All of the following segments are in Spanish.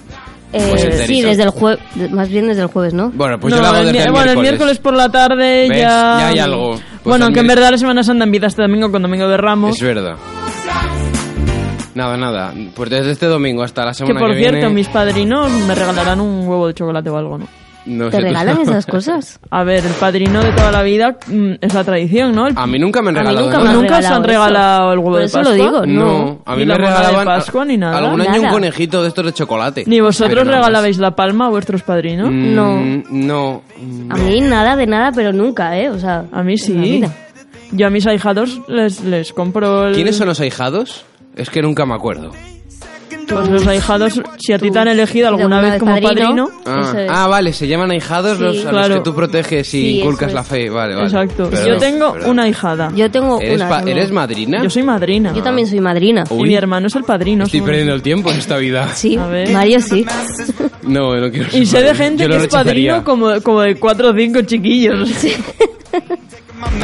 Eh, Pues enterito. sí, desde el jueves, más bien desde el jueves, ¿no? Bueno, pues No, yo la hago el desde mi- el bueno, el miércoles. miércoles por la tarde ¿Ves? ya... Ya hay algo. Pues el bueno, aunque en miércoles- verdad la Semana Santa empieza este domingo con Domingo de Ramos. Es verdad. Nada, nada. Pues desde este domingo hasta la Que, semana que, por cierto, viene... mis padrinos me regalarán un huevo de chocolate o algo, ¿no? no sé ¿Te tú. regalan esas cosas? A ver, el padrino de toda la vida mm, es la tradición, ¿no? El- A mí nunca me han A mí regalado nunca nada. me han Nunca se han regalado eso. el huevo Por de eso Pascua. lo digo, No, a mí me Ni la moneda de regalaban Pascua ni nada. algún año un Nada. conejito de estos de chocolate. Ni Pero nada vosotros más. regalabais la palma a vuestros padrinos. Mm, No. No. A mí nada de nada, pero nunca, ¿eh? O sea, A mí en la sí. vida. Yo a mis ahijados les, les compro el... ¿Quiénes son los ahijados? Es que nunca me acuerdo. Pues los ahijados, si a ti te han elegido alguna vez como padrino, Ah, Eso es. ah, vale, se llaman ahijados Sí. los, a los Claro. que tú proteges y Sí, eso inculcas es. la fe. Vale, vale. exacto. Perdón, yo tengo perdón. una ahijada. Yo tengo ¿Eres, una. pa- tengo- ¿Eres madrina? Yo soy madrina. Yo también soy madrina. Y Uy. mi hermano es el padrino. Estoy somos- perdiendo el tiempo en esta vida. Sí, A ver. Mario sí. No, no quiero ser Y sé de madrina. gente Yo que lo es rechazaría. padrino como, como de cuatro o cinco chiquillos.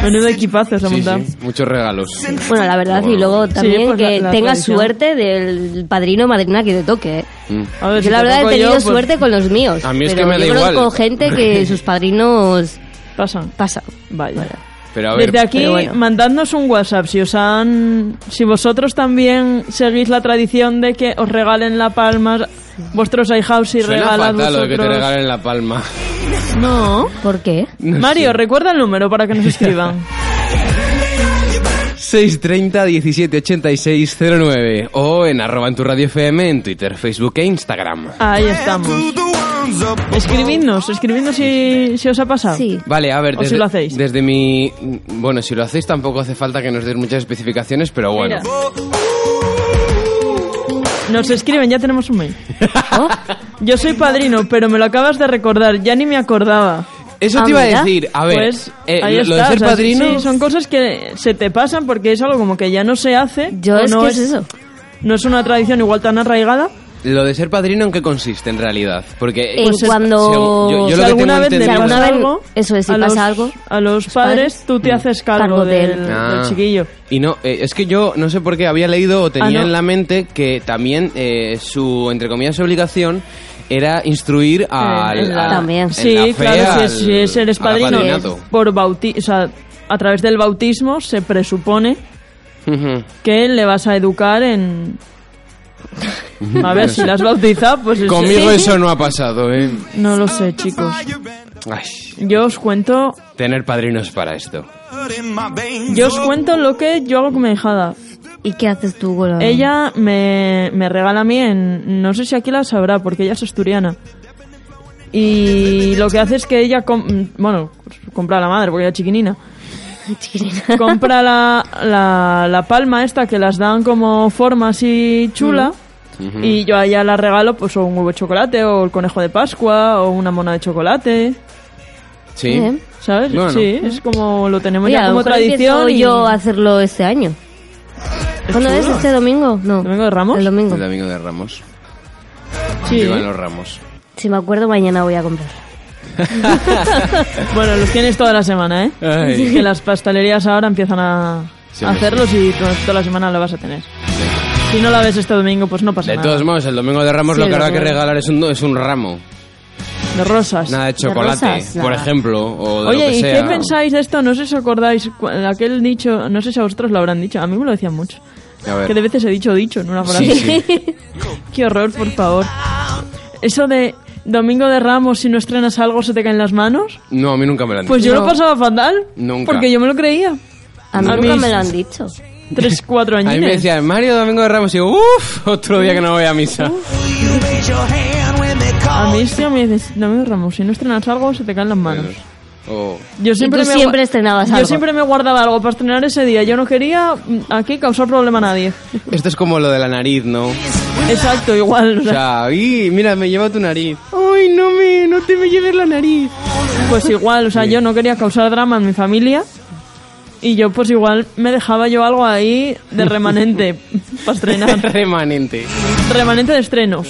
Menudo equipazo se ha Sí, montado. sí, muchos regalos. Bueno, la verdad, y luego también pues la- que la tengas tradición. suerte del padrino o madrina que te toque. ¿eh? Mm. A ver, yo si la te verdad he toco yo, tenido pues, suerte con los míos. A mí es pero que me da yo igual. conozco gente que sus padrinos Pasa. pasan. Vaya. Pero a ver, Desde aquí, pero bueno. mandadnos un WhatsApp si os han. Si vosotros también seguís la tradición de que os regalen la palma vuestros iHouse y suena regalad fatal lo de que te vosotros- regalen la palma. No. ¿Por qué? Mario, recuerda el número para que nos escriban. 630 17 86 09 o en arroba en tu radio FM en Twitter, Facebook e Instagram. Ahí estamos. Escribidnos, escribidnos si, si os ha pasado. Sí. Vale, a ver, O si lo hacéis. desde mi... Bueno, si lo hacéis tampoco hace falta que nos des muchas especificaciones, pero bueno. Mira. Nos escriben, ya tenemos un mail. Oh, Yo soy padrino, pero me lo acabas de recordar, ya ni me acordaba. Eso Ah, te iba a mira. decir, a ver, pues eh, ahí lo- lo de está, ser o sea, padrino... sí, son cosas que se te pasan porque es algo como que ya no se hace. Yo o es no que es eso. No es una tradición igual tan arraigada. Lo de ser padrino, ¿en qué consiste en realidad? Porque En Pues, cuando- según- yo, yo si lo que alguna tengo vez te entendido- alguna pasa vez- algo, eso es, si a pasa los- algo, a los padres padres, tú te haces cargo, cargo de del, él. del Ah. chiquillo. Y no, eh, es que yo no sé por qué había leído o tenía Ah, no. en la mente que también eh, su, entre comillas, obligación era instruir al... Eh, En la- al- También. en la Sí, fe claro, si, es, al- si es- eres al padrino apadrinato. por bauti o sea, a través del bautismo se presupone Ujú. que le vas a educar en... A ver, si la has bautizado, pues... es- Conmigo eso no ha pasado, ¿eh? No lo sé, chicos. Ay, Yo os cuento... tener padrinos para esto. Yo os cuento lo que yo hago con mi hijada. ¿Y qué haces tú con la- Ella me, me regala a mí en... No sé si aquí la sabrá, porque ella es asturiana. Y lo que hace es que ella... com- bueno, pues, compra a la madre, porque ella es chiquinina. Chiquilina. Compra la, la, la palma esta, que las dan como forma así chula. Y yo a ella la regalo pues o un huevo de chocolate, o el conejo de Pascua, o una mona de chocolate. Sí. Bien. ¿Sabes? Bueno. Sí, es como lo tenemos Oye, a ya lo como mejor tradición. empiezo Y... yo a hacerlo este año. ¿Cuándo es? ¿Este domingo? No. ¿Domingo de Ramos? El domingo. El domingo de Ramos. Sí. Vivan los Ramos. Si me acuerdo, mañana voy a comprar. Bueno, los tienes toda la semana, ¿eh? Ay. Que las pastelerías ahora empiezan a Sí, a hombre, hacerlos y tú- toda la semana la vas a tener. Si no la ves este domingo, pues no pasa De nada. todos modos, el domingo de Ramos Sí, lo que el habrá que domingo. regalar es un, es un ramo. De rosas. Nada de chocolate, rosas, por nada. ejemplo, o de lo Oye, que ¿y sea. qué pensáis de esto? No sé si os acordáis cu- aquel dicho, no sé si a vosotros lo habrán dicho, a mí me lo decían mucho. A ver. Que de veces he dicho dicho en una frase. Sí, sí. Qué horror, por favor. Eso de domingo de Ramos, si no estrenas algo se te caen las manos. No, a mí nunca me lo han dicho. Pues yo lo No. pasaba fatal. Nunca. Porque yo me lo creía. A mí A nunca mí- me lo han dicho. Tres, cuatro A mí me años. decían Mario Domingo de Ramos y yo, uff, otro día que no voy a misa. A mí es que me dices, domingo de Ramos, si no estrenas algo se te caen las manos. O- Yo siempre, tú me gua- siempre estrenabas algo. Yo siempre me guardaba algo para estrenar ese día. Yo no quería mm, aquí causar problema a nadie. Esto es como lo de la nariz, ¿no? Exacto, igual. o O sea, sea, "Ih, mira, me lleva tu nariz. Ay, no me, no te me lleves la nariz. pues igual, o sea, yo no quería causar drama en mi familia. Y yo, pues igual, me dejaba yo algo ahí de remanente para estrenar. Remanente. Remanente de estrenos.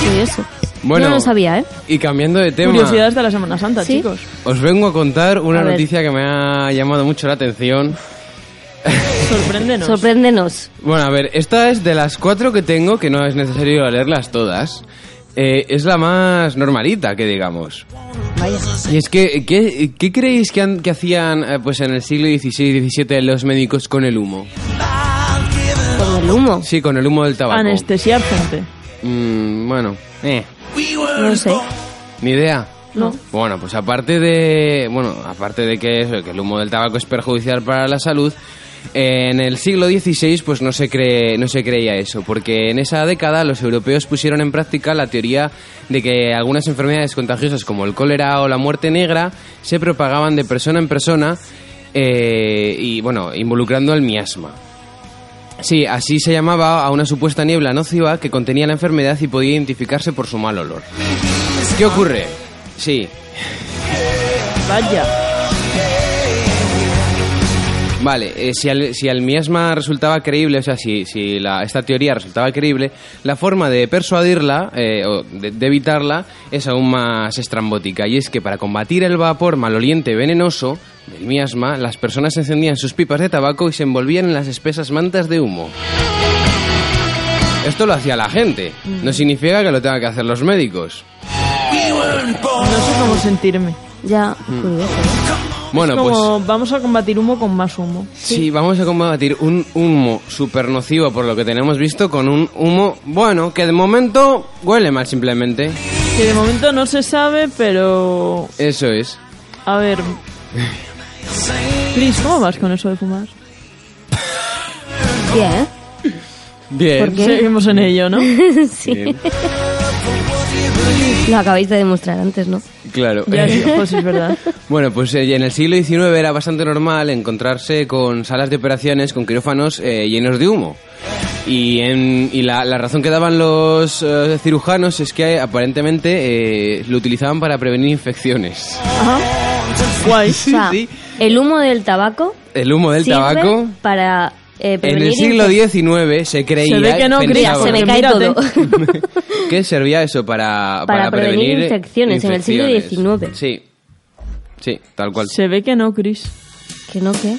Sí, eso. Bueno. Yo no lo sabía, ¿eh? Y cambiando de tema, Curiosidades de la Semana Santa, Sí. chicos. os vengo a contar una A ver. noticia que me ha llamado mucho la atención. Sorpréndenos. Sorpréndenos. Bueno, a ver, esta es de las cuatro que tengo, que no es necesario leerlas todas. eh, es la más normalita, que digamos. Vaya. Y es que, ¿qué, qué creéis que, han- que hacían eh, pues en el siglo XVI y XVII los médicos con el humo? Con el humo. Sí, con el humo del tabaco. Anestesiar gente. Mm, bueno, eh, No sé. ni idea. Bueno, pues aparte de bueno, aparte de que, eso, que el humo del tabaco es perjudicial para la salud, En el siglo XVI, pues no se, cree, no se creía eso, porque en esa década los europeos pusieron en práctica la teoría de que algunas enfermedades contagiosas como el cólera o la muerte negra se propagaban de persona en persona eh, y, bueno, involucrando al miasma. Sí, así se llamaba a una supuesta niebla nociva que contenía la enfermedad y podía identificarse por su mal olor. ¿Qué ocurre? Sí, Vaya. Vale, eh, si, al, si al miasma resultaba creíble, o sea, si, si la- esta teoría resultaba creíble, la forma de persuadirla eh, o de, de evitarla es aún más estrambótica. Y es que para combatir el vapor maloliente venenoso del miasma, las personas encendían sus pipas de tabaco y se envolvían en las espesas mantas de humo. Esto lo hacía la gente, no significa que lo tengan que hacer los médicos. No sé cómo sentirme. Ya, curioso. Bueno, pues... Como vamos a combatir humo con más humo. Sí, vamos a combatir un humo súper nocivo por lo que tenemos visto con un humo, bueno, que de momento huele mal simplemente. Que de momento no se sabe, pero... Eso es. A ver... Chris, ¿cómo vas con eso de fumar? Bien. ¿eh? Bien. ¿Por qué? Seguimos en ello, ¿no? sí. Lo acabáis de demostrar antes, ¿no? Claro. Ya, sí, ojo, sí, es verdad. Bueno, pues eh, en el siglo XIX era bastante normal encontrarse con salas de operaciones con quirófanos eh, llenos de humo. Y, en- y la, la razón que daban los eh, cirujanos es que eh, aparentemente eh, lo utilizaban para prevenir infecciones. Guay. O sea, Sí. el humo del tabaco El humo del sirve tabaco. para eh, En prevenir el siglo infec- XIX se creía Se ve que no, y Cris, Mira, pensaba se me porque cae mírate. todo. que servía eso para, Para prevenir infecciones en el siglo infecciones. XIX. Sí, sí, tal cual. Se ve que no, Chris. ¿Que no qué?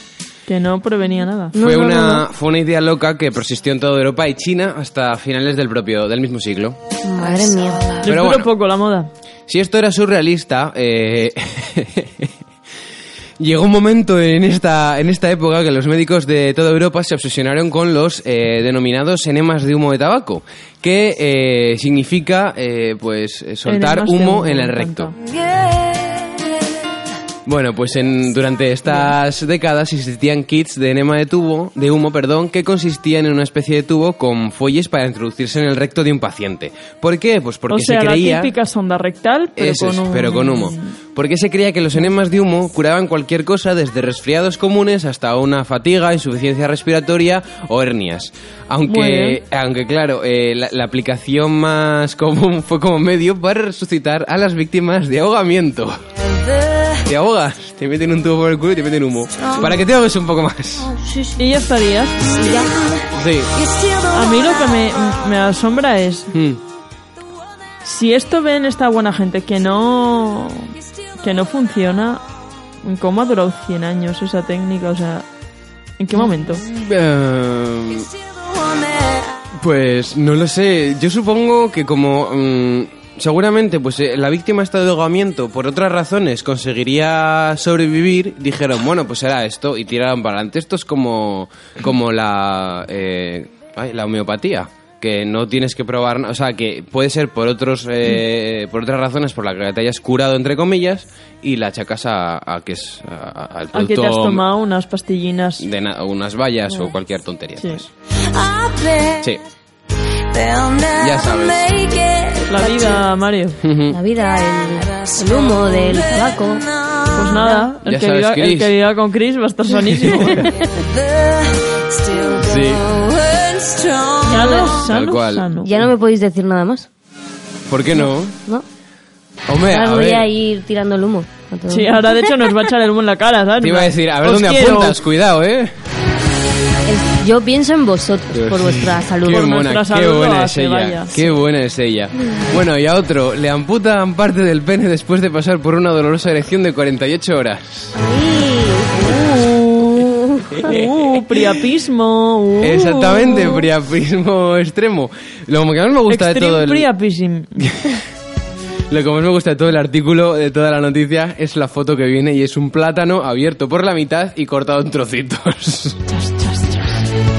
Que no prevenía nada. No, fue, no, no, una, no. fue una idea loca que persistió en toda Europa y China hasta finales del propio del mismo siglo. Madre mía. Yo Pero espero bueno. poco la moda. Si esto era surrealista, eh, llegó un momento en esta, en esta época que los médicos de toda Europa se obsesionaron con los eh, denominados enemas de humo de tabaco, que eh, significa eh, pues eh, soltar Enemas de humo en me el recto. encanta. Bueno, pues en, durante estas décadas existían kits de enema de tubo, de humo, perdón, que consistían en una especie de tubo con fuelles para introducirse en el recto de un paciente. ¿Por qué? Pues porque o sea, se creía la típica sonda rectal, pero, Eso con, es, un... pero con humo. Porque se creía que los enemas de humo curaban cualquier cosa, desde resfriados comunes hasta una fatiga, insuficiencia respiratoria o hernias. Muy Aunque, bien. aunque claro, eh, la, la aplicación más común fue como medio para resucitar a las víctimas de ahogamiento. Te ahogas, te meten un tubo por el culo y te meten humo. Para que te ahogues un poco más. Y ya estarías. Sí. A mí lo que me, me asombra es Mm. si esto ven esta buena gente que no que no funciona, ¿cómo ha durado 100 años esa técnica? O sea, ¿en qué momento? Eh, Pues no lo sé. Yo supongo que como mm, seguramente pues eh, la víctima está de ahogamiento por otras razones conseguiría sobrevivir, dijeron bueno pues era esto y tiraron para adelante. Esto es como como la eh, ay, la homeopatía que no tienes que probar, na- o sea que puede ser por otros eh, por otras razones por las que te hayas curado entre comillas y la achacas a, a que es a- a- al ¿A que te has producto tomado unas pastillinas? de na- unas vallas o cualquier tontería. Sí. pues. Sí. Ya sabes. La vida, Mario. Pues La vida, el, el humo del tabaco. nada, el, Ya que, sabes, viva, el Chris. que viva con Chris va a estar sanísimo. Sí. sano, sano, cual. sano. Ya no me podéis decir nada más, ¿Por qué no? ¿no? Hombre, Ahora Eh, a voy a ver. ir tirando el humo. a todo. Sí, ahora de hecho nos va a echar el humo en la cara, ¿sabes? Te iba a decir, a ver Os dónde quiero. apuntas, cuidado, ¿eh? Es- Yo pienso en vosotros, Dios. por vuestra salud. Qué Por buena, nuestra qué salud, buena no, es que ella. vaya. Qué buena es ella. Bueno, y a otro, le amputan parte del pene después de pasar por una dolorosa erección de 48 horas. Uh. Uh, priapismo. uh. Exactamente, priapismo extremo. Lo que más me gusta de Extreme todo el... priapism. Lo que más me gusta de todo el artículo, de toda la noticia, es la foto que viene y es un plátano abierto por la mitad y cortado en trocitos.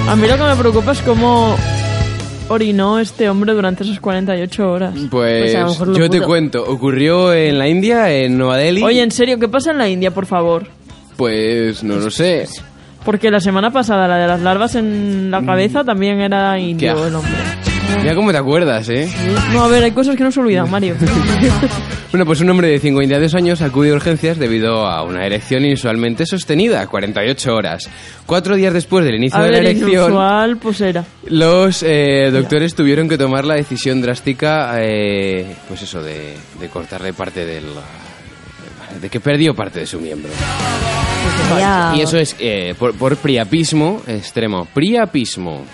A mí lo que me preocupa es cómo orinó este hombre durante esas 48 horas. Pues, Pues a lo mejor lo yo te pudo. cuento, ocurrió en la India, en Nueva Delhi. Oye, en serio, ¿qué pasa en la India, por favor? Pues no lo sé. Porque la semana pasada la de las larvas en la cabeza también era Mm. Qué indio asco. el hombre. Ya cómo te acuerdas, ¿eh? No, a ver, hay cosas que no se olvidan, Mario. Bueno, pues un hombre de 52 años acudió a urgencias debido a una erección inusualmente sostenida, 48 horas. Cuatro días después del inicio A de la ver, erección, inusual, pues era. los eh, doctores tuvieron que tomar la decisión drástica, eh, pues eso, de, de cortarle parte del... de que perdió parte de su miembro. Ya. Y eso es eh, por, por priapismo extremo. Priapismo.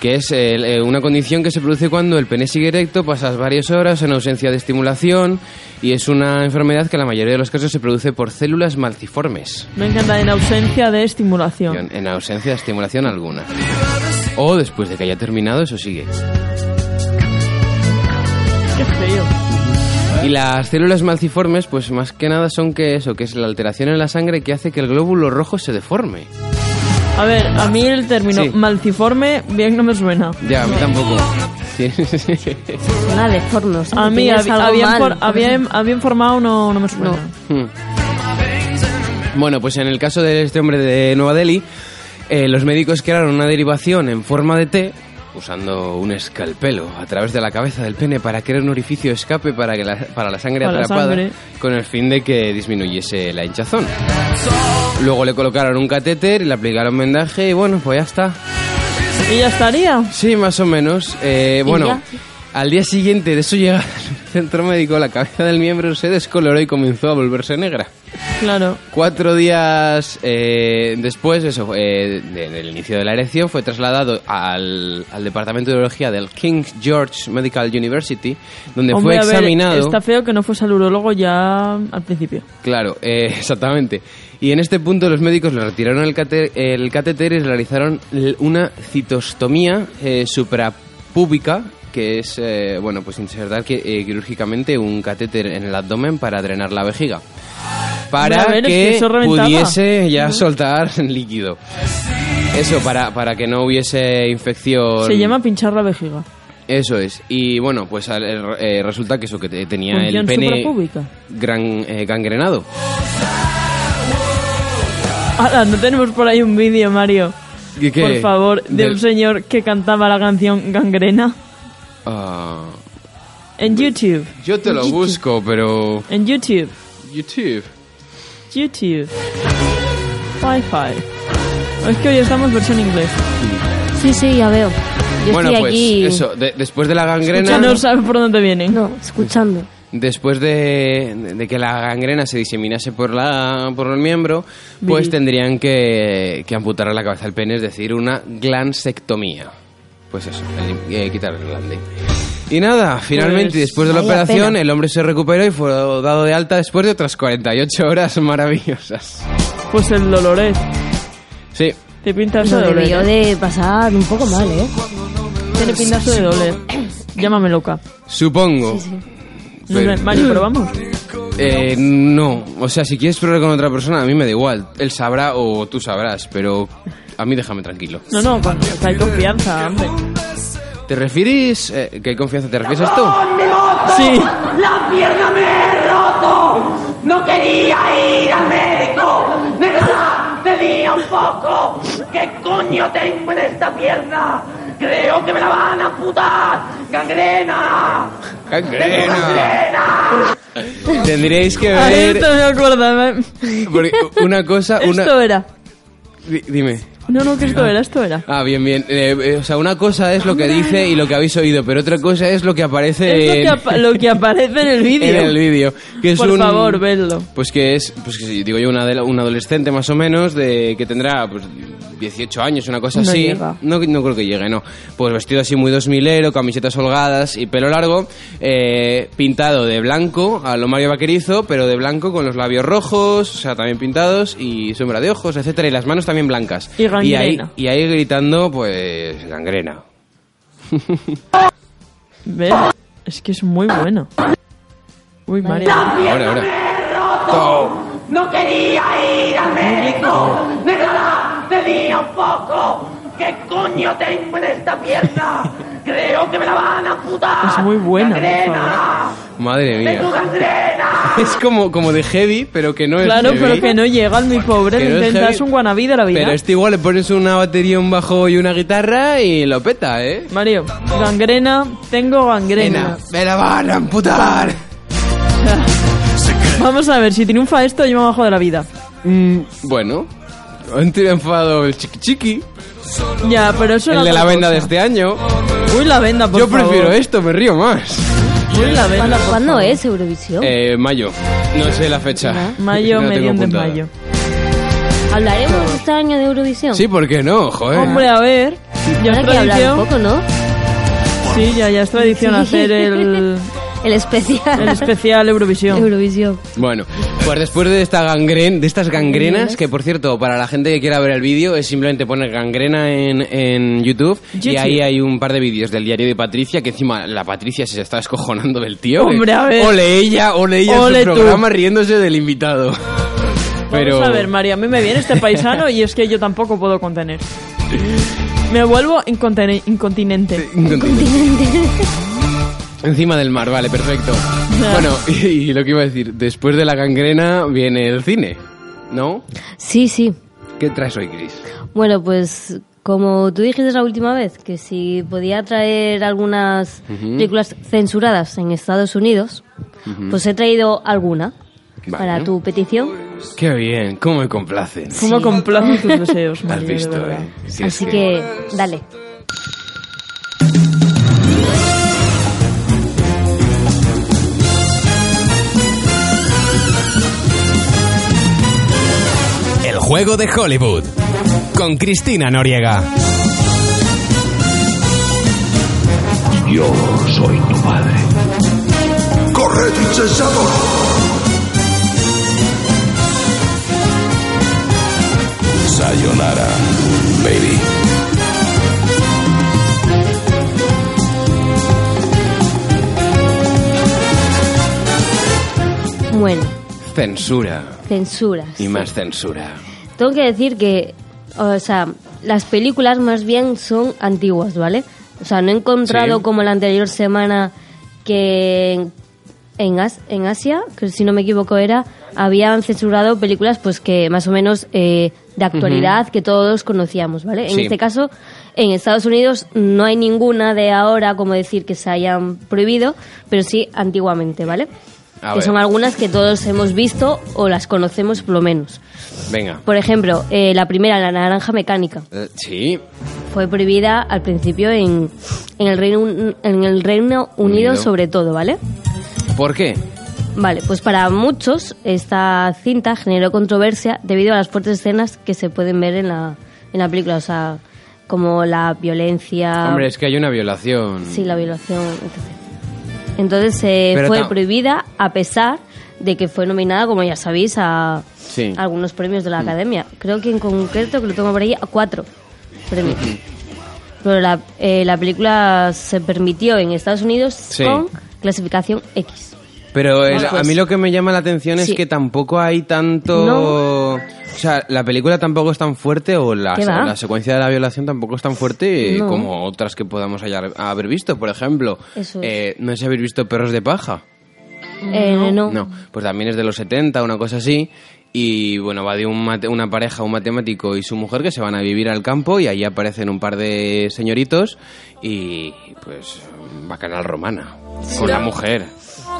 Que es el- eh, una condición que se produce cuando el pene sigue erecto, pasas varias horas en ausencia de estimulación y es una enfermedad que en la mayoría de los casos se produce por células malciformes, Me encanta, en ausencia de estimulación. en en ausencia de estimulación alguna. O después de que haya terminado, eso sigue. Qué feo. Y las células malciformes, pues más que nada son que eso, que es la alteración en la sangre que hace que el glóbulo rojo se deforme. A ver, a mí el término Sí. malciforme bien no me suena. Ya, a mí tampoco. Sí. Suena de forno. o sea, A mí, a, tienes algo a bien, mal. for- a bien- a bien formado no, no me suena. Hmm. Bueno, pues en el caso de este hombre de Nueva Delhi, eh, los médicos crearon una derivación en forma de T usando un escalpelo a través de la cabeza del pene para crear un orificio de escape para, que la, para la sangre Para la atrapada sangre. con el fin de que disminuyese la hinchazón. Luego le colocaron un catéter y le aplicaron vendaje y bueno, pues ya está. Y ya estaría. Sí, más o menos. Eh, ¿Y bueno, ya? al día siguiente de su llegada al centro médico, la cabeza del miembro se descoloró y comenzó a volverse negra. Claro. Cuatro días eh, después, eso, eh, de- del inicio de la erección, fue trasladado al, al Departamento de Urología del King George Medical University, donde Hombre, fue a ver, examinado. está feo que no fuese al urólogo ya al principio. Claro, eh, exactamente. Y en este punto los médicos le retiraron el, cate- el catéter y le realizaron l- una citostomía eh, suprapúbica, que es, eh, bueno, pues insertar qui- eh, quirúrgicamente un catéter en el abdomen para drenar la vejiga. Para Hombre, a ver, que, es que eso reventaba. pudiese ya soltar líquido. Eso, para, para que no hubiese infección. Se llama pinchar la vejiga. Eso es. Y bueno, pues al- eh, resulta que eso que te- tenía Función el pene suprapúbica. gran, eh, gangrenado. Ala, no tenemos por ahí un vídeo, Mario. ¿Y qué? Por favor, de Del- un señor que cantaba la canción Gangrena. Ah, En YouTube. yo te lo busco, pero. En YouTube. YouTube. YouTube. Wi-Fi. Es que hoy estamos versión inglés. Sí, sí, ya veo. Yo bueno, estoy pues aquí. eso, de- después de la Ya gangrena. no sabe por dónde vienen. No, escuchando. Después de, de que la gangrena se diseminase por, la, por el miembro, pues Vivi. tendrían que, que amputar la cabeza del pene, es decir, una glansectomía. Pues eso, el- eh, quitar el glande. Y nada, finalmente, Pues, después de la vaya operación, pena. el hombre se recuperó y fue dado de alta después de otras 48 horas maravillosas. Pues el Dolores. Sí, Te pintas Eso de debió doler. ¿eh? de pasar un poco mal, ¿eh? Tiene pintazo de doler. Llámame loca. supongo. No Pero- sé, Mario, probamos. Eh, no, o sea, si quieres probar con otra persona, a mí me da igual. Él sabrá o tú sabrás, pero a mí déjame tranquilo. No, no, cuando o sea, hay confianza, hombre. ¿Te refieres? eh, ¿Qué confianza te refieres tú? Sí. ¡La pierna me he roto! ¡No quería ir al médico! ¡De verdad! ¡Tenía un poco! ¿Qué coño tengo en esta pierna? ¡Creo que me la van a putar! ¡Gangrena! ¡Gangrena! Tendríais que A ver. esto me acuerdo. me- porque una cosa, Esto una. era. Di- Dime. No, no, que esto era, esto era. Ah, bien, bien. Eh, eh, o sea, una cosa es lo que dice y lo que habéis oído, pero otra cosa es lo que aparece Es lo que, en, apa- lo que aparece en el vídeo. en el vídeo. que es Por un- favor, vedlo. Pues que es, pues que sí, digo yo, una adela- un adolescente más o menos, de que tendrá pues, 18 años, una cosa No así. llega. No, no creo que llegue, no. Pues vestido así muy dos milero, camisetas holgadas y pelo largo, eh, pintado de blanco, a lo Mario Vaquerizo, pero de blanco con los labios rojos, o sea, también pintados, y sombra de ojos, etcétera, y las manos también blancas. Y gangrena. ahí, y ahí gritando, pues, gangrena. Ve, Es que es muy bueno. Uy, Mario. Ahora, ahora. ¡No quería ir al médico! ¡De verdad! ¡Tenía un poco! ¿Qué coño tengo en esta pierna? Creo que me la van a amputar. Es muy buena, por ¡Gangrena! Madre ¡De tu mía. gangrena! Es como, como de heavy, pero que no es Claro, heavy. pero que no llega mi pobre. Pues Que le no es intentas heavy. un guanabí de la vida. Pero este igual le pones una batería, un bajo y una guitarra y lo peta, ¿eh? Mario, gangrena, tengo gangrena. Nena, me la van a amputar. Vamos a ver, si triunfa esto, yo me bajo de la vida. Mm, bueno, han triunfado el chiqui chiqui, Ya, pero eso era el de la otra venda de cosa. este año. Uy, la venda, por Yo favor. prefiero esto, me río más. Uy, la venda, ¿Cuándo, por cuándo favor. es Eurovisión? Eh, mayo, no sé la fecha. Mayo, No tengo medión de apuntada. mayo. ¿Hablaremos este año de Eurovisión? Sí, ¿por qué no? Joder. Hombre, a ver. Ya es Habrá que hablar tradición. un poco, ¿no? Sí, ya, ya es tradición Sí. hacer el, El especial. el especial Eurovisión. Eurovisión. Bueno, pues después de esta gangren, de estas gangrenas, que por cierto, para la gente que quiera ver el vídeo, es simplemente poner gangrena en, en YouTube, y YouTube. ahí hay un par de vídeos del diario de Patricia, que encima la Patricia se está escojonando del tío. Hombre, eh. a ver. Ole ella, ole ella en Ole su tú. programa riéndose del invitado. Pero Vamos a ver, María, a mí me viene este paisano y es que yo tampoco puedo contener. Me vuelvo incontene- incontinente. Encima del mar, vale, perfecto. Bueno, y, y lo que iba a decir, después de la gangrena viene el cine, ¿no? Sí, sí. ¿Qué traes hoy, Chris? Bueno, pues como tú dijiste la última vez, que si podía traer algunas películas censuradas en Estados Unidos, pues he traído alguna Vale. para tu petición. Qué bien, cómo me complacen. ¿Cómo complacen tus deseos, Has María? de visto, verdad? eh. Si es Así que, dale. El juego de Hollywood. Con Cristina Noriega. Yo soy tu padre. ¡Corred, insensato! Sayonara, baby. Bueno, Censura. censuras. Y más censura. Tengo que decir que, o sea, las películas más bien son antiguas, ¿vale? O sea, no he encontrado Sí. como la anterior semana que en, en As- en Asia, que si no me equivoco era, habían censurado películas pues que más o menos eh, de actualidad que todos conocíamos, ¿vale? En Sí. este caso, en Estados Unidos no hay ninguna de ahora, como decir, que se hayan prohibido, pero sí antiguamente, ¿vale? A que ver. son algunas que todos hemos visto o las conocemos por lo menos. Venga. Por ejemplo, eh, la primera, la naranja mecánica, Eh, Sí. fue prohibida al principio en, en, el, Reino, Un- en el Reino Unido, Unido. sobre todo, ¿vale? ¿Por qué? Vale, pues para muchos esta cinta generó controversia debido a las fuertes escenas que se pueden ver en la, en la película, o sea, como la violencia, Hombre, es que hay una violación. Ah. sí, la violación, etc. Entonces eh, Pero fue ta- prohibida a pesar de que fue nominada, como ya sabéis, a Sí. Mm. algunos premios de la academia. Creo que en concreto, que lo tengo por ahí, a cuatro premios. Pero la, eh, la película se permitió en Estados Unidos Sí. con clasificación X. Pero es- Vale, pues. a mí lo que me llama la atención es Sí. que tampoco hay tanto... No. O sea, la película tampoco es tan fuerte o la, ¿Qué va? la secuencia de la violación tampoco es tan fuerte eh, No. como otras que podamos hallar- haber visto. Por ejemplo, Eso es. eh, no sé si habéis visto Perros de Paja. Eh, no. No, pues también es de los 70, una cosa así. Y bueno, va de un mate- una pareja, un matemático y su mujer que se van a vivir al campo y ahí aparecen un par de señoritos y pues bacanal romana con la mujer.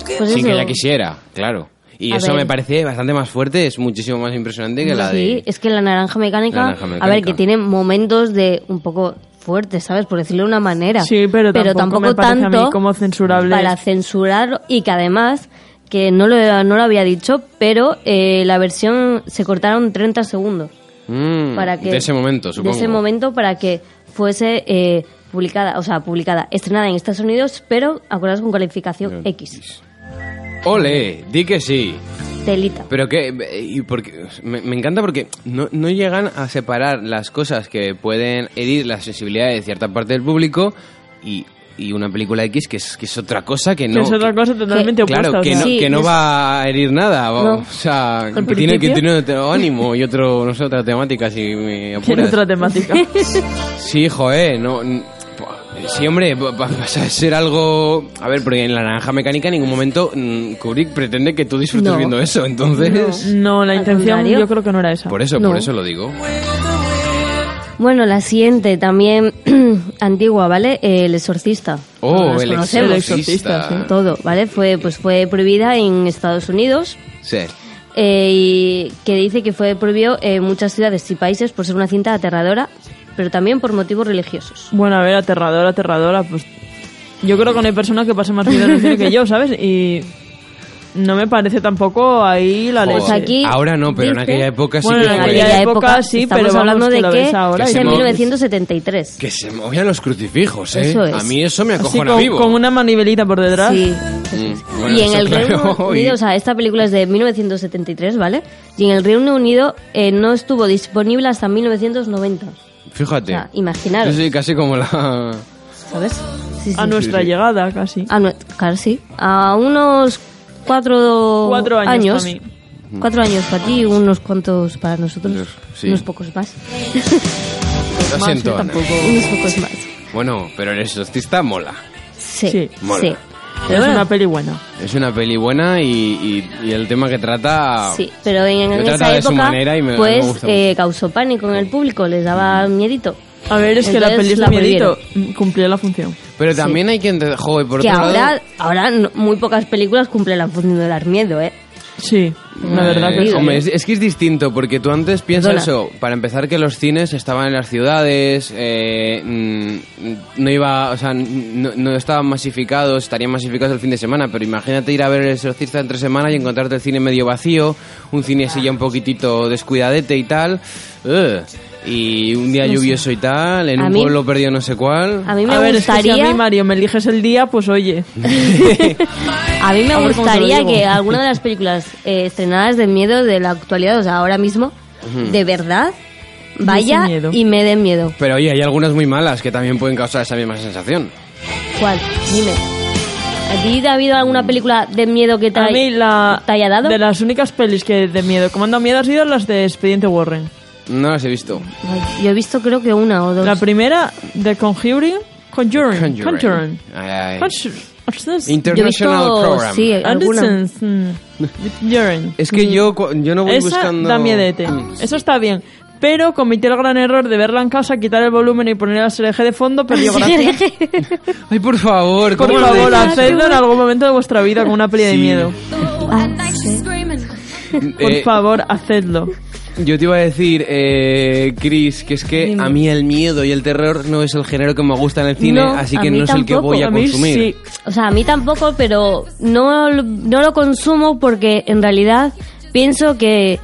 Pues Sin que eso. ella quisiera, claro. Y A eso ver. me parece bastante más fuerte, es muchísimo más impresionante que la sí, de... es que la naranja, mecánica, La Naranja a ver, Mecánica. que tiene momentos de un poco fuertes, ¿sabes? Por decirlo de una manera. Sí, pero tampoco me parece a mí tanto como censurable Para es. censurarlo y que además, que no lo, no lo había dicho, pero eh, la versión se cortaron 30 segundos. Mm, para que de ese momento, de supongo. ese momento para que fuese eh, publicada, o sea, publicada, estrenada en Estados Unidos, pero acordaos con calificación X. Ole, di que sí. Telita. Pero que, y porque, me, me encanta porque no, no llegan a separar las cosas que pueden herir la sensibilidad de cierta parte del público y, y una película X que es, que es otra cosa que no... es otra que- cosa totalmente que- opuesta. Claro, o que sea. no, Sí, que no es- va a herir nada. va- No. O sea, Al que tiene que principio- tener otro ánimo y otro, no sé, otra temática si me Tiene apuras. otra temática. Sí, joder, no... n- pua, Sí, hombre, pa- pa- pasa a ser algo... A ver, porque en La Naranja Mecánica en ningún momento mm, Kubrick pretende que tú disfrutes No. viendo eso, entonces... No, la Al intención contrario. yo creo que no era esa. Por eso, Ah, No. por eso lo digo. Bueno, la siguiente también antigua, ¿vale? El exorcista. Oh, Las el exorcista. conocemos. El exorcista, ¿eh? Todo, ¿vale? Fue, pues fue prohibida en Estados Unidos Sí. eh, y que dice que fue prohibido en muchas ciudades y países por ser una cinta aterradora, pero también por motivos religiosos. Bueno, a ver, aterradora, aterradora, pues... Yo creo que no hay persona que pase más miedo en el cine que yo, ¿sabes? Y no me parece tampoco ahí la ley. Joder. Pues aquí Ahora no, pero en dice- aquella época sí Bueno, que en fue- Pues aquella- época sí, estamos pero vamos, hablando que de lo que ves ahora es y- en Que se- 1973. Que se movían los crucifijos, ¿eh? Eso es. A mí eso me Así acojona con, vivo. con una manivelita por detrás. Sí. Mm, bueno, y en eso el claro, Reino y- Unido, o sea, esta película es de 1973, ¿vale? Y en el Reino Unido eh, no estuvo disponible hasta 1990. O Fíjate. sea, imaginaros, Yo soy casi como la... ¿sabes? Sí, sí. A nuestra llegada, casi. A nue- claro, sí. A unos cuatro, Cuatro años pa' Cuatro años para ti, unos cuantos para nosotros. Sí. Unos pocos más. Lo Más, siento, Ana. tampoco. Unos pocos más. Bueno, pero el exorcista mola. Sí, Sí. sí. Mola. es Pero bueno, una peli buena. Es una peli buena y, y- y el tema que trata... Sí, pero en, Lo en trata esa de su época, manera y me- a mí me pues, gusta mucho. eh, causó pánico en el público, les daba miedito. A ver, es que la peli Entonces es la de miedito. Mm, Cumplía la función. Pero también hay que entender... Joder, por Que otro ahora, lado... ahora no- muy pocas películas cumplen la función de dar miedo, ¿eh? Sí, la verdad Eh, que sí. hombre, es, es que es distinto, porque tú antes piensas Perdona. eso. Para empezar, que los cines estaban en las ciudades, eh, mm, mm, no iba, o sea, no, no estaban masificados, estarían masificados el fin de semana, pero imagínate ir a ver el exorcista entre semana y encontrarte el cine medio vacío, un cine así ya un poquitito descuidadete y tal. Ugh. y un día lluvioso y tal, en A un mí- pueblo perdido no sé cuál. A mí me a ver, es que gustaría, si a mí, Mario, me eliges el día, pues oye. a mí me a ver cómo te lo gustaría digo. que alguna de las películas eh, estrenadas de miedo de la actualidad, o sea, ahora mismo, de verdad, vaya Diese miedo. y me den miedo. Pero oye, hay algunas muy malas que también pueden causar esa misma sensación. ¿Cuál? Dime. ¿A ti te ha habido alguna película de miedo que te, A ha- mí la... te haya dado? De las únicas pelis que de miedo, que me han dado miedo, han sido las de Expediente Warren. No las he visto. Ay, Yo he visto creo que una o dos. La primera de Conjuring. Conjuring. Conjuring. Conjuring. Ay, ay. Conjuring. Yo he International visto, Program. sí, alguna. Anderson's, mm, Conjuring. Es que yo, cu- yo no voy Esa buscando. Mm. da miedete. Eso está bien. Pero cometí el gran error de verla en casa, quitar el volumen y poner la SRG de fondo, pero yo gracias. Ay, por favor, Por ¿cómo lo favor, dejas? hacedlo en algún momento de vuestra vida con una peli de Sí. miedo. Ah, Por Eh, favor, hacedlo. Yo te iba a decir, eh, Chris, que es que a mí el miedo y el terror no es el género que me gusta en el cine, No, así a que mí no es el que tampoco. voy a, A mí consumir. sí. O sea, a mí tampoco, pero no, lo- no lo consumo porque en realidad pienso que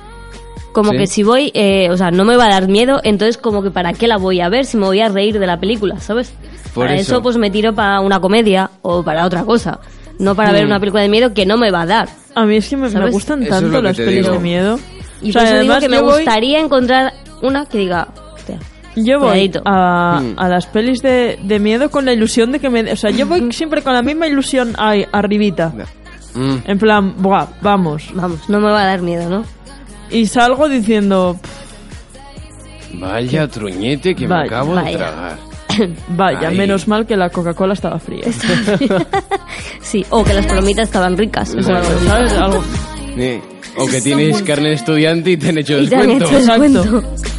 como Sí. que si voy, eh, o sea, no me va a dar miedo, entonces como que para qué la voy a ver si me voy a reír de la película, ¿sabes? Por para eso. eso. pues me tiro para una comedia o para otra cosa, no para Mm. ver una película de miedo que no me va a dar. A mí es que me, me ¿Sabes? gustan Eso es lo tanto que las te pelis digo. de miedo. Y O sea, por eso digo pues además que me yo voy- gustaría encontrar una que diga, hostia, Yo voy Cuidadito. a, Mm. a las pelis de, de miedo con la ilusión de que me... O sea, yo voy siempre con la misma ilusión ahí, arribita. Mm. En plan, buah, vamos. vamos, no me va a dar miedo, ¿no? Y salgo diciendo, "Pff, Vaya truñete que Vaya, me acabo de vaya. tragar. vaya, Ay. menos mal que la Coca-Cola estaba fría. Sí, o que las palomitas estaban ricas. o algo así. ¿Sabes? Algo- Eh, O que tienes carne de estudiante y te han hecho Y te han descuento. hecho descuento. Exacto.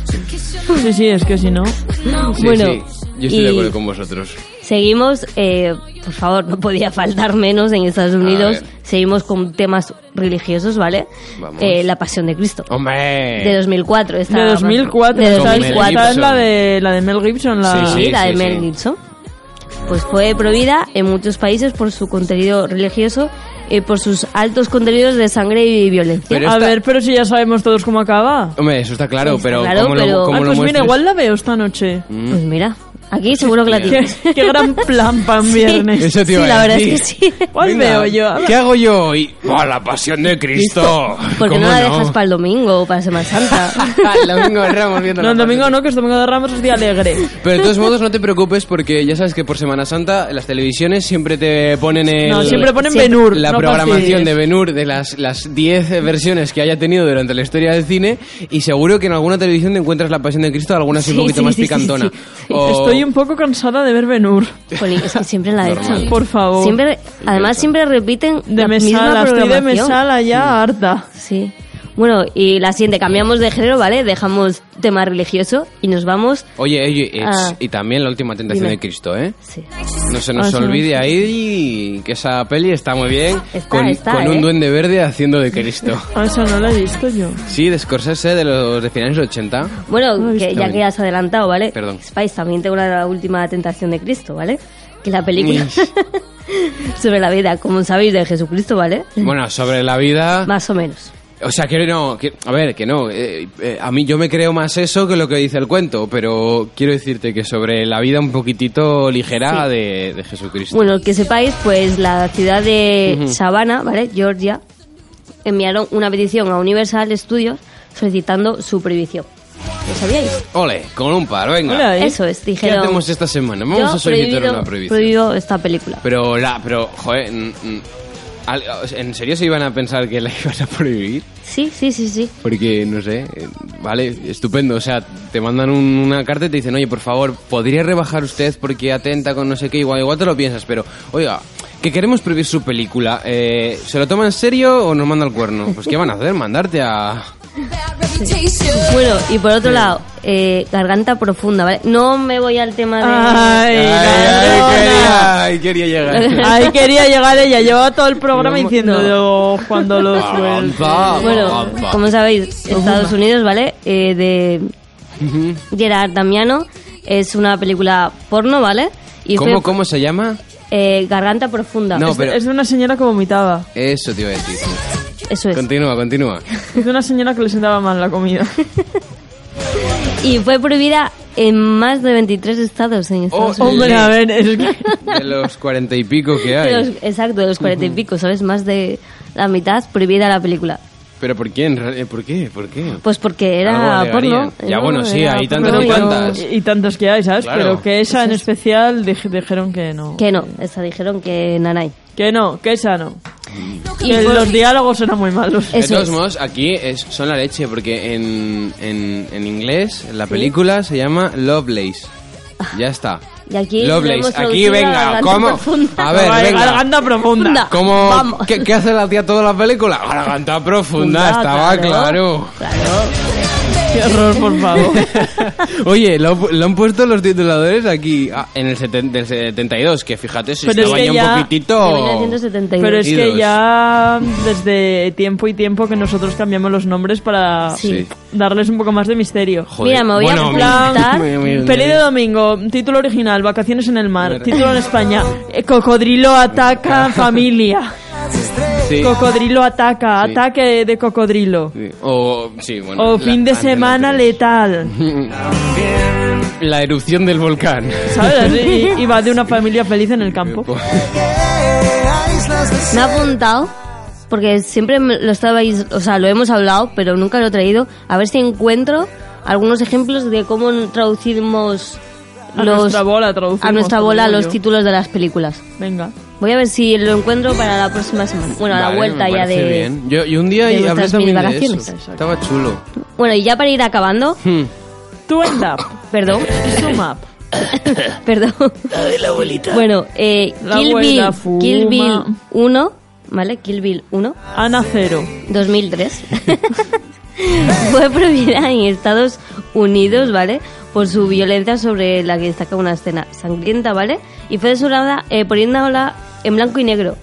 Sí, sí, es que si no... Sí, bueno, sí, yo estoy de y- acuerdo con vosotros. Seguimos, eh, por favor, no podía faltar menos en Estados A Unidos. ver. Seguimos con temas religiosos, ¿vale? Vamos. Eh, la Pasión de Cristo. ¡Hombre! De 2004. Esta, De 2004. De esta es- 2004. Esta es la de, la de Mel Gibson. La... Sí, Sí, la de sí, Mel sí. Gibson. Pues fue prohibida en muchos países por su contenido religioso y por sus altos contenidos de sangre y violencia. Pero A esta- ver, pero si ya sabemos todos cómo acaba. Hombre, eso está claro, Está pero claro, ¿cómo pero- lo, cómo Ay, lo pues mira, muestras? igual la veo esta noche. Pues mm. mira, aquí seguro que la Qué, tienes. qué gran plan para un viernes. Eso te Sí, iba a la verdad decir. es que sí. ¿Cuál Venga, Pues veo yo? A ver. ¿Qué hago yo hoy? ¡Oh, la pasión de Cristo! Porque no ¿Cómo Ah, la dejas para el domingo o para Semana Santa. el domingo de Ramos viendo No, la el domingo pasión. no, que es domingo de Ramos, es día alegre. Pero de todos modos no te preocupes porque ya sabes que por Semana Santa las televisiones siempre te ponen el- No, siempre ponen Siempre. Benur. la programación de Benur de las las 10 versiones que haya tenido durante la historia del cine y seguro que en alguna televisión te encuentras la Pasión de Cristo, alguna así un Sí, poquito sí, más sí, sí, picantona. sí, O Estoy Estoy un poco cansada de ver Benur. Jolín, es que siempre la echan. Por favor. Siempre, además, siempre repiten De la misma mesala, estoy de programación. mesala ya harta. Sí. Bueno, y la siguiente, cambiamos de género, ¿vale? Dejamos tema religioso y nos vamos. Oye, oye, Ah. y también la última tentación Dime. de Cristo, ¿eh? Sí. No se nos Ah, sí, olvide ahí que esa peli está muy bien Está, con, está, con un ¿eh? duende verde haciendo de Cristo. Ah, Esa no la he visto yo. Sí, de Scorsese de los de finales 80. Bueno, Ay, que, está ya bien. que has adelantado, ¿vale? Perdón. Spice también tengo la última tentación de Cristo, ¿vale? Que la película sobre la vida, como sabéis, de Jesucristo, ¿vale? Bueno, sobre la vida. Más o menos. O sea, que no, que- a ver, que no. eh, eh, a mí yo me creo más eso que lo que dice el cuento, pero quiero decirte que sobre la vida un poquitito ligera de, de Jesucristo. Bueno, que sepáis, pues la ciudad de Savannah, ¿vale? Georgia, enviaron una petición a Universal Studios solicitando su prohibición. ¿Lo sabíais? Ole, con un par, venga. Hola, ¿eh? Eso es, ¿Qué dijeron. hacemos esta semana? Vamos yo a solicitar prohibido- una prohibición. prohíbo esta película. Pero la, pero, joder, mm, mm, al- ¿en serio se iban a pensar que la iban a prohibir? Sí, sí, sí, sí. Porque, no sé, eh, vale, estupendo. O sea, te mandan un- una carta y te dicen, oye, por favor, ¿podría rebajar usted porque atenta con no sé qué? Igual, igual te lo piensas, pero, oiga, que queremos prohibir su película. Eh, ¿Se lo toma en serio o nos manda el cuerno? Pues, ¿qué van a hacer? ¿Mandarte a...? Bueno, y por otro lado, eh, Garganta Profunda, ¿vale? No me voy al tema de... Ay, ladrona. ay, quería llegar. Ahí quería llegar ella, llevaba todo el programa No, diciendo "Lo- cuando lo suelte. Avanza, Bueno, avanza. como sabéis, Estados Unidos, ¿vale? Eh, de Gerard Damiano. Es una película porno, ¿vale? Y ¿Cómo, fue, cómo se llama? eh, Garganta Profunda. No, Es- pero- Es de una señora que vomitaba. Eso te iba a decir. Eso es. Continúa, continúa. Es de una señora que le sentaba mal la comida. Y fue prohibida en más de 23 estados en Estados Oh, Unidos. Hombre, a ver, es que... De los cuarenta y pico que De los- hay. exacto, de los cuarenta y pico, ¿sabes? Más de la mitad prohibida la película. ¿Pero por quién? Eh, ¿Por qué? ¿Por qué? Pues porque Algo era alegarían. porno. Ya, ¿no? bueno, sí, Era ahí porno, tantas y pero- tantas. Y tantas que hay, ¿sabes? Claro. Pero que esa en especial dij- dijeron que no. Que no, esa dijeron que nanay. Que no, que esa no. Mm. Y Que por- los diálogos eran muy malos. De Eso todos es. modos, aquí es, son la leche, porque en, en, en inglés en la película se llama Lovelace. Ya está. Y aquí lo Lovelace, hemos aquí traducido a venga, Garganta ¿cómo? Profunda. A ver, Vale, venga. Garganta profunda. ¿Cómo, Vamos. ¿qué, qué hace la tía toda la película? Garganta profunda, estaba claro. Qué horror, por favor. Oye, lo, han pu- lo han puesto los tituladores aquí ah, en el seten- del 72, que fíjate, si Pero estaba es ya que ya- un poquitito... 1972. Pero es que Idos. ya desde tiempo y tiempo que nosotros cambiamos los nombres para Sí. darles un poco más de misterio. Joder. Mira, me voy a Bueno, apuntar. Plan, Muy, muy bien. peli de domingo, título original, Vacaciones en el mar, título en España, eh, Cocodrilo ataca familia, sí. Cocodrilo ataca, ataque de cocodrilo, Sí, O, sí, bueno, o la- fin de ante la semana tres. letal, La erupción del volcán. ¿sabes? Así, y va de una familia feliz en el campo. Me ha apuntado, porque siempre me- lo estabais, o sea, lo hemos hablado, pero nunca lo he traído. A ver si encuentro algunos ejemplos de cómo traducimos A los, nuestra bola traducimos. a nuestra como bola digo los yo. títulos de las películas. Venga. Voy a ver si lo encuentro para la próxima semana. Bueno, a la Vale, vuelta me ya parece de. bien. Yo, y un día de y hablé nuestras también de minivacaciones. eso. Estaba chulo. Bueno, y ya para ir acabando, Hmm. Tú end up, perdón, sum up. perdón. Bueno, eh, La Kill Bill, abuela fuma. Kill Bill 1, ¿vale? Kill Bill 1. Ana cero. 2003. Fue prohibida en Estados Unidos, ¿vale? Por su violencia sobre la que destaca una escena sangrienta, ¿อะไร? Y fue censurada eh, poniéndola en blanco y negro.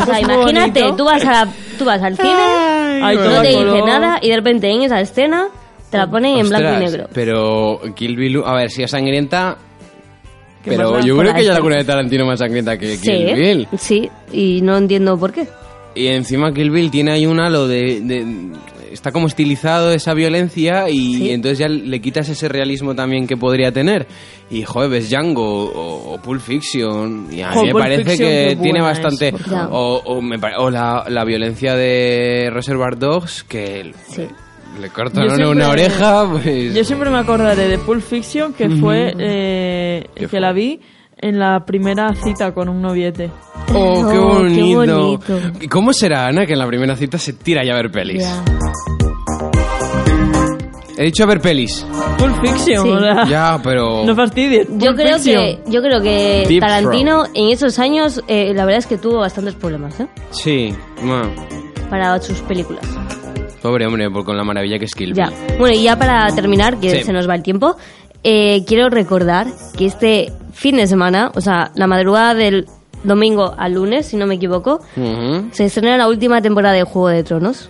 O sea, Pues muy imagínate, bonito. tú vas, a la- tú vas al cine, Ay, todo no te dice color. nada y de repente en esa escena te la ponen en blanco y Ostras, negro. Pero Kill Bill, a ver, si es sangrienta. ¿Qué Pero más yo da? creo que ya Por la ahí. alguna de Tarantino más sangrienta que sí, Kill Bill. sí, y no entiendo por qué. Y encima Kill Bill tiene ahí un halo de... de- está como estilizado esa violencia y entonces ya le quitas ese realismo también que podría tener. Y joder, ves Django o, o Pulp Fiction y a Jo, mí me Pulp parece Fiction, qué que buena tiene es, bastante... por favor. O, o me pare- o la, la violencia de Reservoir Dogs que Sí. le Yo cortan siempre- una oreja, pues... Yo siempre me acordaré de Pulp Fiction, que fue eh, ¿Qué que fue? la vi en la primera cita con un noviete. Oh, qué Oh, qué bonito. bonito. ¿Y ¿Cómo será Ana que en la primera cita se tira ya a ver pelis? Ya. He dicho ver pelis. Pulp Fiction, Sí. o sea, Ya, pero... No fastidies. Yo Pulp creo, Fiction. que, yo creo que Deep Tarantino en esos años, eh, la verdad es que tuvo bastantes problemas ¿eh? Sí, bueno, para sus películas. pobre hombre, por con la maravilla que es Kill Ya. Bill. Bueno, y ya para terminar, que Sí. se nos va el tiempo, eh, quiero recordar que este fin de semana, o sea, la madrugada del domingo al lunes, si no me equivoco, Ujú. se estrena la última temporada de Juego de Tronos.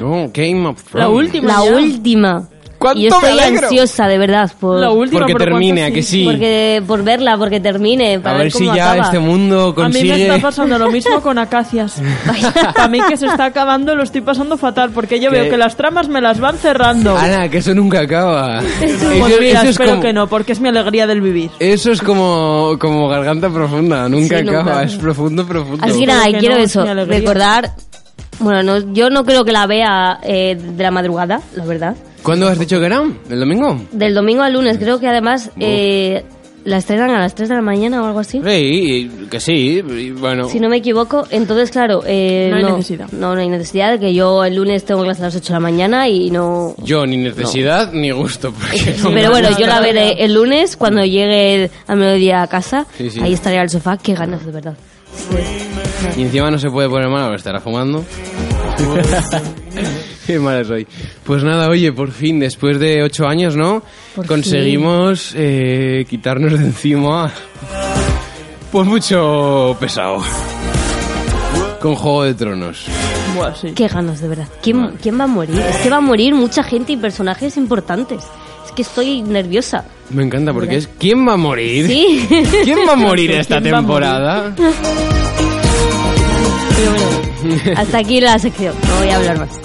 Oh, Game of Thrones. La última. La ya. última. ¡Cuánto y yo me estoy alegro! ansiosa, de verdad, por, La última. Porque por termine, cuánto ¿a que sí? porque, por verla, porque termine, A para ver si cómo ya acaba. este mundo A mí consigue... me está pasando lo mismo con acacias. A mí que se está acabando lo estoy pasando fatal porque yo Que- veo que las tramas me las van cerrando. Ana, que eso nunca acaba. Pues Eso- mira, eso es espero como- que no, porque es mi alegría del vivir. Eso es como, como garganta profunda, nunca Sí, nunca. acaba, es profundo, profundo. Así que Creo nada, que quiero no, eso, ni alegría. recordar... Bueno, no, yo no creo que la vea eh, de la madrugada, la verdad. ¿Cuándo has dicho que era? ¿El domingo? Del domingo al lunes, creo que además eh, la estrenan a las 3 de la mañana o algo así. Sí, y- que sí, y bueno. Si no me equivoco, entonces claro, eh, No hay necesidad. No, no hay necesidad, que yo el lunes tengo clase a las 8 de la mañana y no... Yo ni necesidad ni gusto. porque no- Pero bueno, yo la no, veré el lunes cuando llegue al mediodía a casa. Sí, sí. Ahí estaré al sofá, qué ganas, de verdad. Y encima no se puede poner mal, ahora estará fumando. Qué mala soy. Pues nada, oye, por fin, después de ocho años, ¿no? Por conseguimos eh, quitarnos de encima. Pues mucho pesado. Con Juego de Tronos. Buah, sí. Qué ganas, de verdad. ¿Quién, ¿Quién va a morir? Es que va a morir mucha gente y personajes importantes. Es que estoy nerviosa. Me encanta porque es ¿Quién va a morir? Sí. ¿Quién va a morir esta ¿Quién va a morir? temporada? Pero bueno, hasta aquí la sección. No voy a hablar más.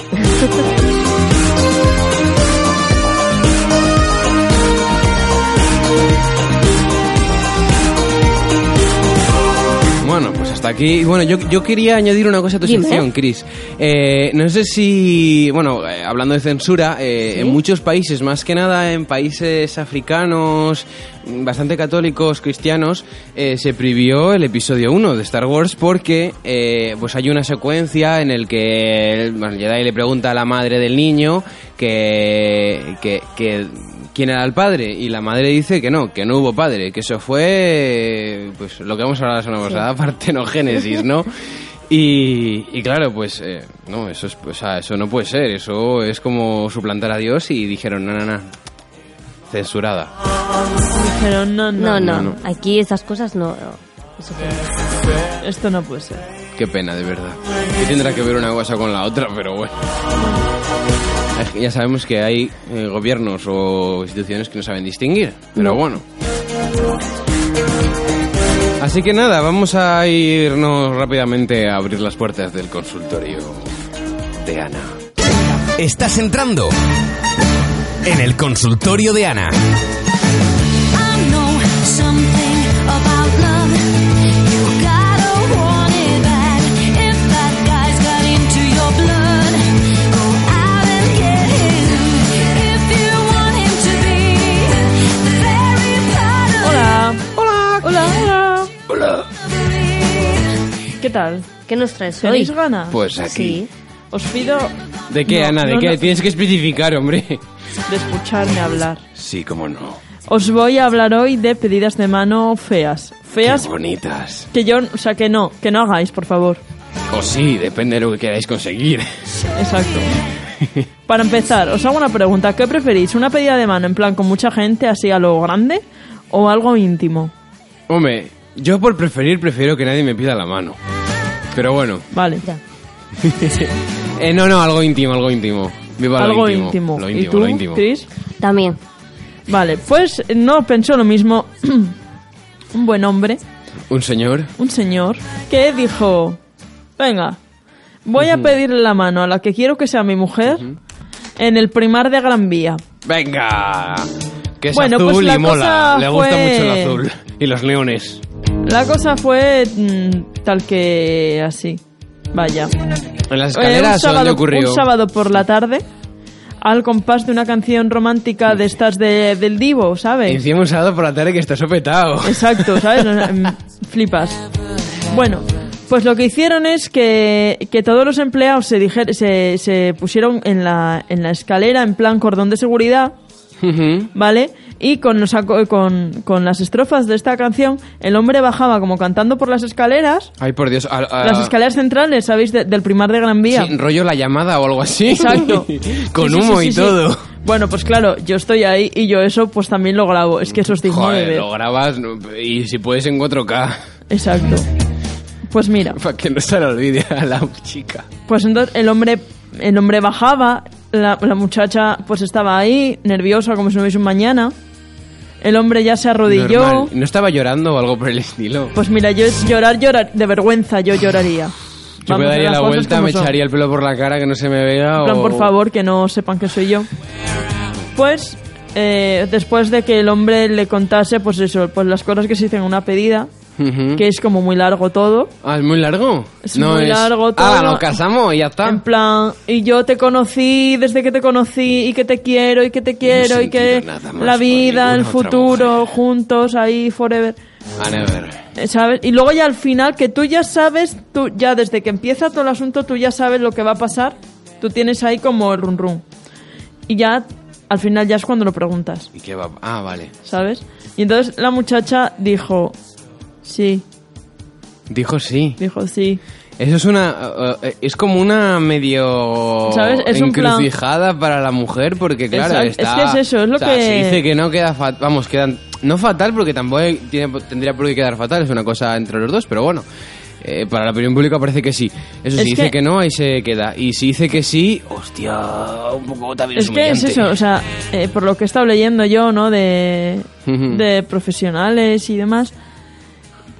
Bueno, pues hasta aquí. Bueno, yo, yo quería añadir una cosa a tu Dime. sección, Chris. Eh, no sé si, bueno, eh, hablando de censura, eh, en muchos países, más que nada en países africanos, mm, bastante católicos, cristianos, eh, se prohibió el episodio 1 de Star Wars porque eh, pues hay una secuencia en el que el, bueno, el Jedi le pregunta a la madre del niño que, que, que quién era el padre y la madre dice que no, que no hubo padre, que eso fue pues lo que hemos hablado la semana pasada, partenogénesis, ¿no? Y, y claro, pues eh, no, eso es, o sea, eso no puede ser, eso es como suplantar a Dios y dijeron, no, no, no, censurada. Pero no, No, no, no, Aquí estas cosas no. no. Eso fue. Esto no puede ser. Qué pena, de verdad. Que tendrá que ver una cosa con la otra, pero bueno. Es que Ya sabemos que hay eh, gobiernos o instituciones que no saben distinguir, pero bueno. Así que nada, vamos a irnos rápidamente a abrir las puertas del consultorio de Ana. Estás entrando en el consultorio de Ana. I know something about love. You gotta want it bad. If that guy's got into your blood, go out and get him. If you want him to be the very part of Hola. Hola. Hola, hola. ¿Qué tal? ¿Qué nos traes hoy? ¿Tenéis ganas? Pues aquí. Ah, Sí. Os pido ¿De qué, No, Ana? ¿De no, qué? no. Tienes que especificar, hombre. de escucharme hablar. Sí, cómo no. Os voy a hablar hoy de pedidas de mano feas. Feas Qué bonitas. que yo, o sea, que no, que no hagáis, por favor. O sí, depende de lo que queráis conseguir. Exacto. Para empezar, os hago una pregunta. ¿Qué preferís? ¿Una pedida de mano en plan con mucha gente, así a lo grande? ¿O algo íntimo? Hombre, yo por preferir prefiero que nadie me pida la mano. Pero bueno, Vale. Ya. eh, no, no, algo íntimo, algo íntimo. Viva algo lo íntimo. íntimo. Lo ¿Y íntimo, tú, lo íntimo. Chris? También. Vale, pues no pensó lo mismo un buen hombre, Un señor. un señor, que dijo, venga, voy a pedirle la mano a la que quiero que sea mi mujer en el primar de Gran Vía. ¡Venga! Que es Bueno, azul pues la y mola. cosa Le gusta fue- mucho el azul. Y los leones. La cosa fue mm, tal que así. Vaya. En las Eh, escaleras, un, ¿o dónde sábado, ocurrió? un sábado por la tarde, al compás de una canción romántica de estas de- del Divo, ¿sabes? Encima un sábado por la tarde que está sopetado. Exacto, ¿sabes? Mm, Flipas. em, Bueno, Pues lo que hicieron es que, que todos los empleados se, dijer- se, se pusieron en la, en la escalera en plan cordón de seguridad, Ujú. ¿vale? Y con, los aco- con, con las estrofas de esta canción, el hombre bajaba como cantando por las escaleras, Ay, por Dios. a- a- las escaleras centrales, ¿sabéis? De- del primar de Gran Vía. Ah. Sí, rollo la llamada o algo así. Exacto. Con Sí, sí, humo sí, y sí, sí. todo. Bueno, pues claro, yo estoy ahí y yo eso pues también lo grabo. Es que eso es digno de Joder, ver. lo grabas no, y si puedes en 4K. Exacto. Pues mira, Para que no se le olvide a la chica. pues entonces el hombre, el hombre bajaba, la, la muchacha pues estaba ahí, nerviosa como si no hubiese un mañana. El hombre ya se arrodilló. Normal. ¿No estaba llorando o algo por el estilo? Pues mira, yo llorar, llorar, de vergüenza yo lloraría. Yo me Vamos, daría las la cosas vuelta, como me son. echaría el pelo por la cara, que no se me vea. En plan, o- por favor, que no sepan que soy yo. Pues, eh, después de que el hombre le contase, pues eso, pues las cosas que se dicen en una pedida, Ujú. que es como muy largo todo. Ah, ¿es muy largo? Es muy largo todo. Ah, nos casamos y ya está. En plan, y yo te conocí, desde que te conocí, y que te quiero, y que te quiero, y que sentido nada más la por vida, el ninguna otra futuro, juntos, ahí, forever. A never. Eh, ¿Sabes? Y luego ya al final, que tú ya sabes, tú ya desde que empieza todo el asunto, tú ya sabes lo que va a pasar. Tú tienes ahí como el run run. Y ya al final ya es cuando lo preguntas, ¿Y qué va? Ah, vale. ¿sabes? Y entonces la muchacha dijo, sí, Dijo sí. dijo sí. Eso es una... eh, eh, es como una medio... ¿Sabes? Es un plan- encrucijada para la mujer porque, claro, Exacto. está... Es que es eso, es lo o sea, que- Se dice que no queda fatal... Vamos, quedan... No fatal porque tampoco tiene- tendría por qué quedar fatal, es una cosa entre los dos, pero bueno. eh, para la opinión pública parece que sí. Eso, Es si dice que- que no, ahí se queda. Y si dice que sí, hostia, un poco también es Es que es humillante. eso, o sea, eh, por lo que he estado leyendo yo, ¿no? De, Ujú. de profesionales y demás,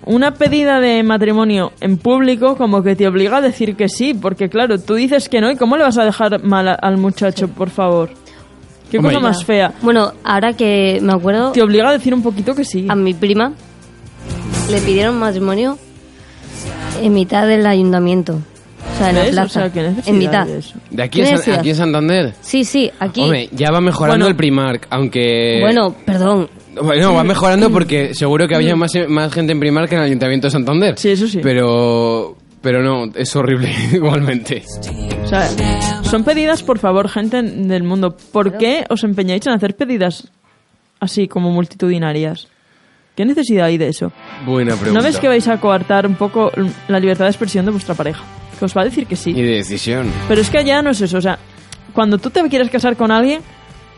una pedida de matrimonio en público como que te obliga a decir que sí, porque claro, tú dices que no y ¿cómo le vas a dejar mal a- al muchacho, por favor? Qué Hombre. cosa más fea. Bueno, ahora que me acuerdo, Te obliga a decir un poquito que sí. a mi prima le pidieron matrimonio en mitad del ayuntamiento. O sea, en la ¿Ves? plaza. O sea, ¿qué necesidad en mitad. de eso? ¿De aquí, a ¿Qué San- necesidad? aquí en Santander? Sí, sí, aquí. Hombre, eh, ya va mejorando Bueno. el Primark, aunque... Bueno, perdón. Bueno, va mejorando porque seguro que había más, más gente en Primark que en el Ayuntamiento de Santander. Sí, eso sí. Pero... Pero no, es horrible igualmente. O sea, son pedidas, por favor, gente en- del mundo. ¿Por qué os empeñáis en hacer pedidas así como multitudinarias? ¿Qué necesidad hay de eso? Buena pregunta. ¿No ves que vais a coartar un poco la libertad de expresión de vuestra pareja? Que os va a decir que Y sí. de decisión. Pero es que allá no es eso. O sea, cuando tú te quieres casar con alguien,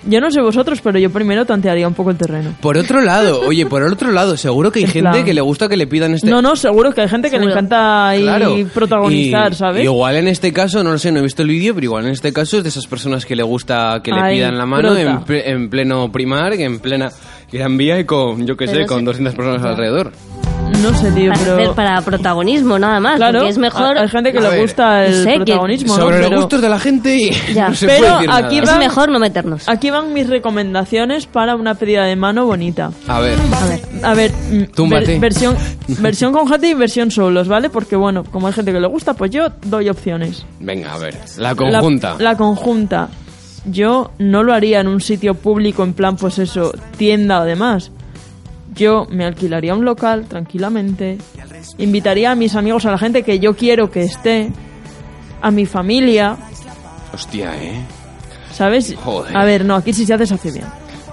yo no sé vosotros, pero yo primero tantearía un poco el terreno. Por otro lado, oye, por otro lado, seguro que hay En gente plan- que le gusta que le pidan este... No, no, seguro que hay gente que le Seguro. encanta ahí Claro. protagonizar, Y- ¿sabes? Igual en este caso, no lo sé, no he visto el vídeo, pero igual en este caso es de esas personas que le gusta que le Ay, pidan la mano en, prota. ple- en pleno primar, en plena gran vía y con, yo qué sé, Pero con sí. 200 personas alrededor. No sé, tío, Para, pero... hacer- para protagonismo, nada más. Claro, porque es mejor. hay hay gente que A le ver, gusta el yo sé que- protagonismo, ¿no? Sobre los Pero- gustos de la gente y Ya. no se Pero puede decir aquí nada. Es mejor no meternos. Aquí van mis recomendaciones para una pedida de mano bonita. A ver, A ver. A ver, mm, Túmbate. versión, versión con gente y versión solos, ¿vale? Porque bueno, como hay gente que le gusta, pues yo doy opciones. venga, a ver. La conjunta. La, la conjunta. Yo no lo haría en un sitio público en plan, pues eso, tienda o demás. Yo me alquilaría un local tranquilamente. Invitaría a mis amigos, a la gente que yo quiero que esté. A mi familia, Hostia, eh. ¿sabes? Joder. A ver, no, aquí si se hace, se hace bien.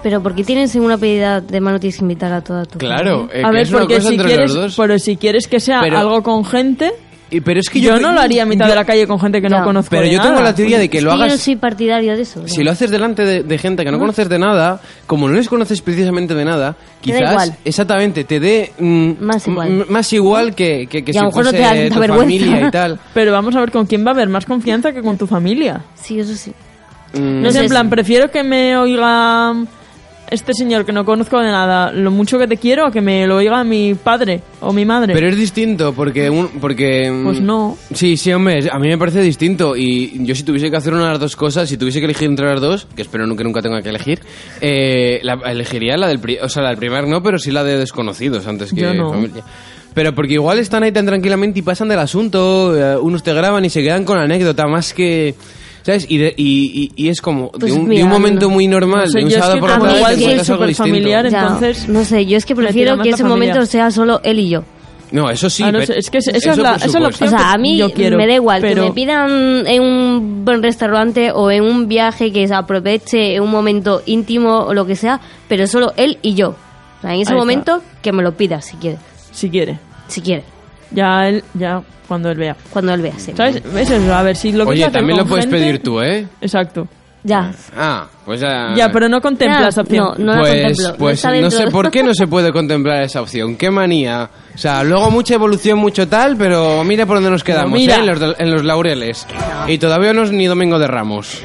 Pero ¿por qué tienes en una pedida de mano tienes que invitar a toda tu Claro, eh, a que ver, es una porque cosa si entre los quieres, dos. pero si quieres que sea Pero- algo con gente, Y- pero es que yo, yo, no lo haría a mitad yo- de la calle con gente que no, Ya. conozco. Pero de yo tengo nada. la teoría de que Es lo Yo no hagas soy partidario de eso. ¿no? Si lo haces delante de, de gente que no conoces de nada, como no les conoces precisamente de nada, Te da quizás igual. exactamente te dé mm, Más igual. m- más igual que, que, que Y si a lo mejor no fuese te da tanta tu vergüenza. familia y tal. Pero vamos a ver con quién va a haber más confianza que con tu familia. Sí, eso sí. Mm, No es sé en si- plan, prefiero que me oiga este señor que no conozco de nada lo mucho que te quiero a que me lo oiga mi padre o mi madre. Pero es distinto porque un- porque mm, Pues no. Sí, sí, hombre, es- a mí me parece distinto y yo si tuviese que hacer una de las dos cosas, si tuviese que elegir entre las dos, que espero nunca nunca tenga que elegir, eh, la, elegiría la del pri- o sea, la del primer no, pero sí la de desconocidos antes que Yo no. familia. Pero porque igual están ahí tan tranquilamente y pasan del asunto, eh, unos te graban y se quedan con anécdota más que ¿Sabes? Y, de- y, y- y es como de, Pues un, de mira, un momento no. muy normal, No sé, de un yo es sábado que por la como tarde, Ah, igual te soy encuentras algo distinto. superfamiliar, Ya, entonces, no sé, yo es que me tira prefiero más que la ese familia. momento sea solo él y yo. No, eso sí. Ah, no pero- sé, es que esa es la- por esa es la supuesto. opción. O sea, a mí Yo quiero, me da igual pero- que me pidan en un buen restaurante o en un viaje que se aproveche un momento íntimo o lo que sea, pero solo él y yo. O sea, en ese Ahí está. momento que me lo pida si quiere, si quiere. si quiere, Ya él, ya cuando él vea. cuando él vea. sí. ¿Sabes? Es eso, a ver, si lo quieres Oye, hacer también lo con puedes gente- pedir tú, ¿eh? Exacto. Ya. Ah, pues ya. Ya, pero no contempla Ya, esa opción. No la pues, contemplo, no pues está no dentro. sé por qué no se puede contemplar esa opción. Qué manía. O sea, luego mucha evolución, mucho tal, pero mira por dónde nos quedamos, mira. ¿eh? En los, en los laureles. Y todavía no es ni Domingo de Ramos.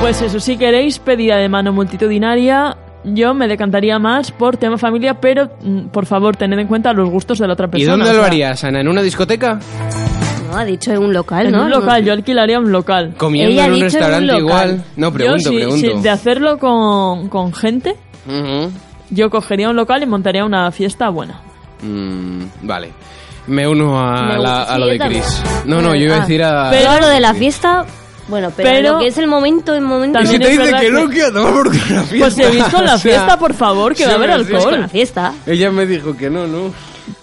Pues eso, si queréis pedida de mano multitudinaria, yo me decantaría más por tema familia, pero mm, por favor tened en cuenta los gustos de la otra ¿Y persona. dónde o lo sea, harías, Ana? ¿En una discoteca? No, ha dicho en un local, En ¿no? un local, yo alquilaría un local. ¿Comiendo Ella ha en un dicho en un restaurante local. igual? No, pregunto, yo, si- pregunto. si de hacerlo con, con gente, Ujú. yo cogería un local y montaría una fiesta buena. Mm, vale. Me uno a, Me la- gusta, a sí, lo yo de también. Chris. No, no, yo iba a Ah, decir a... pero- Pero lo de la fiesta, bueno, pero, Pero- lo que es el momento, el momento. También si te es dice verdad que que- no, que a tomar por culo la Pues fiesta. te visto en O la sea, fiesta, por favor, que va a haber siempre alcohol. la fiesta. Ella me dijo que no, ¿no?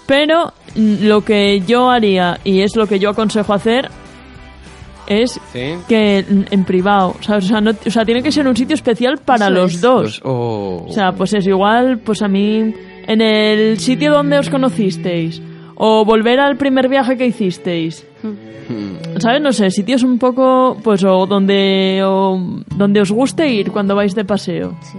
Pero mm, lo que yo haría, y es lo que yo aconsejo hacer, es Sí. que mm, en privado, ¿sabes? O sea, no- o sea, tiene que ser un sitio especial para Eso los es. dos. Oh. Pues, O sea, pues es igual, pues a mí, en el sitio donde os conocisteis, o volver al primer viaje que hicisteis. ¿Sabes? No sé, sitios un poco, pues, o donde, o donde os guste ir cuando vais de paseo. Sí.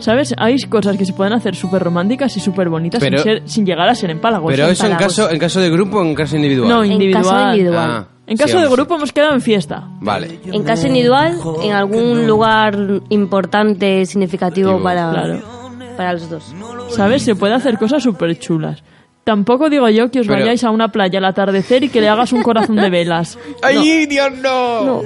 ¿Sabes? Hay cosas que se pueden hacer súper románticas y súper bonitas sin, Pero- ser- sin llegar a ser empálagos. Pero son eso en palabras. caso, en caso de grupo o en caso individual. pues No, En individual. caso individual. Ah, En caso de sigamos. grupo hemos quedado en fiesta. Vale. En caso individual, en algún lugar importante, significativo Digo, para, claro. para los dos. ¿Sabes? Se puede hacer cosas súper chulas. Tampoco digo yo que os Pero- vayáis a una playa al atardecer y que le hagas un corazón de velas. ¡Ay, Dios, no!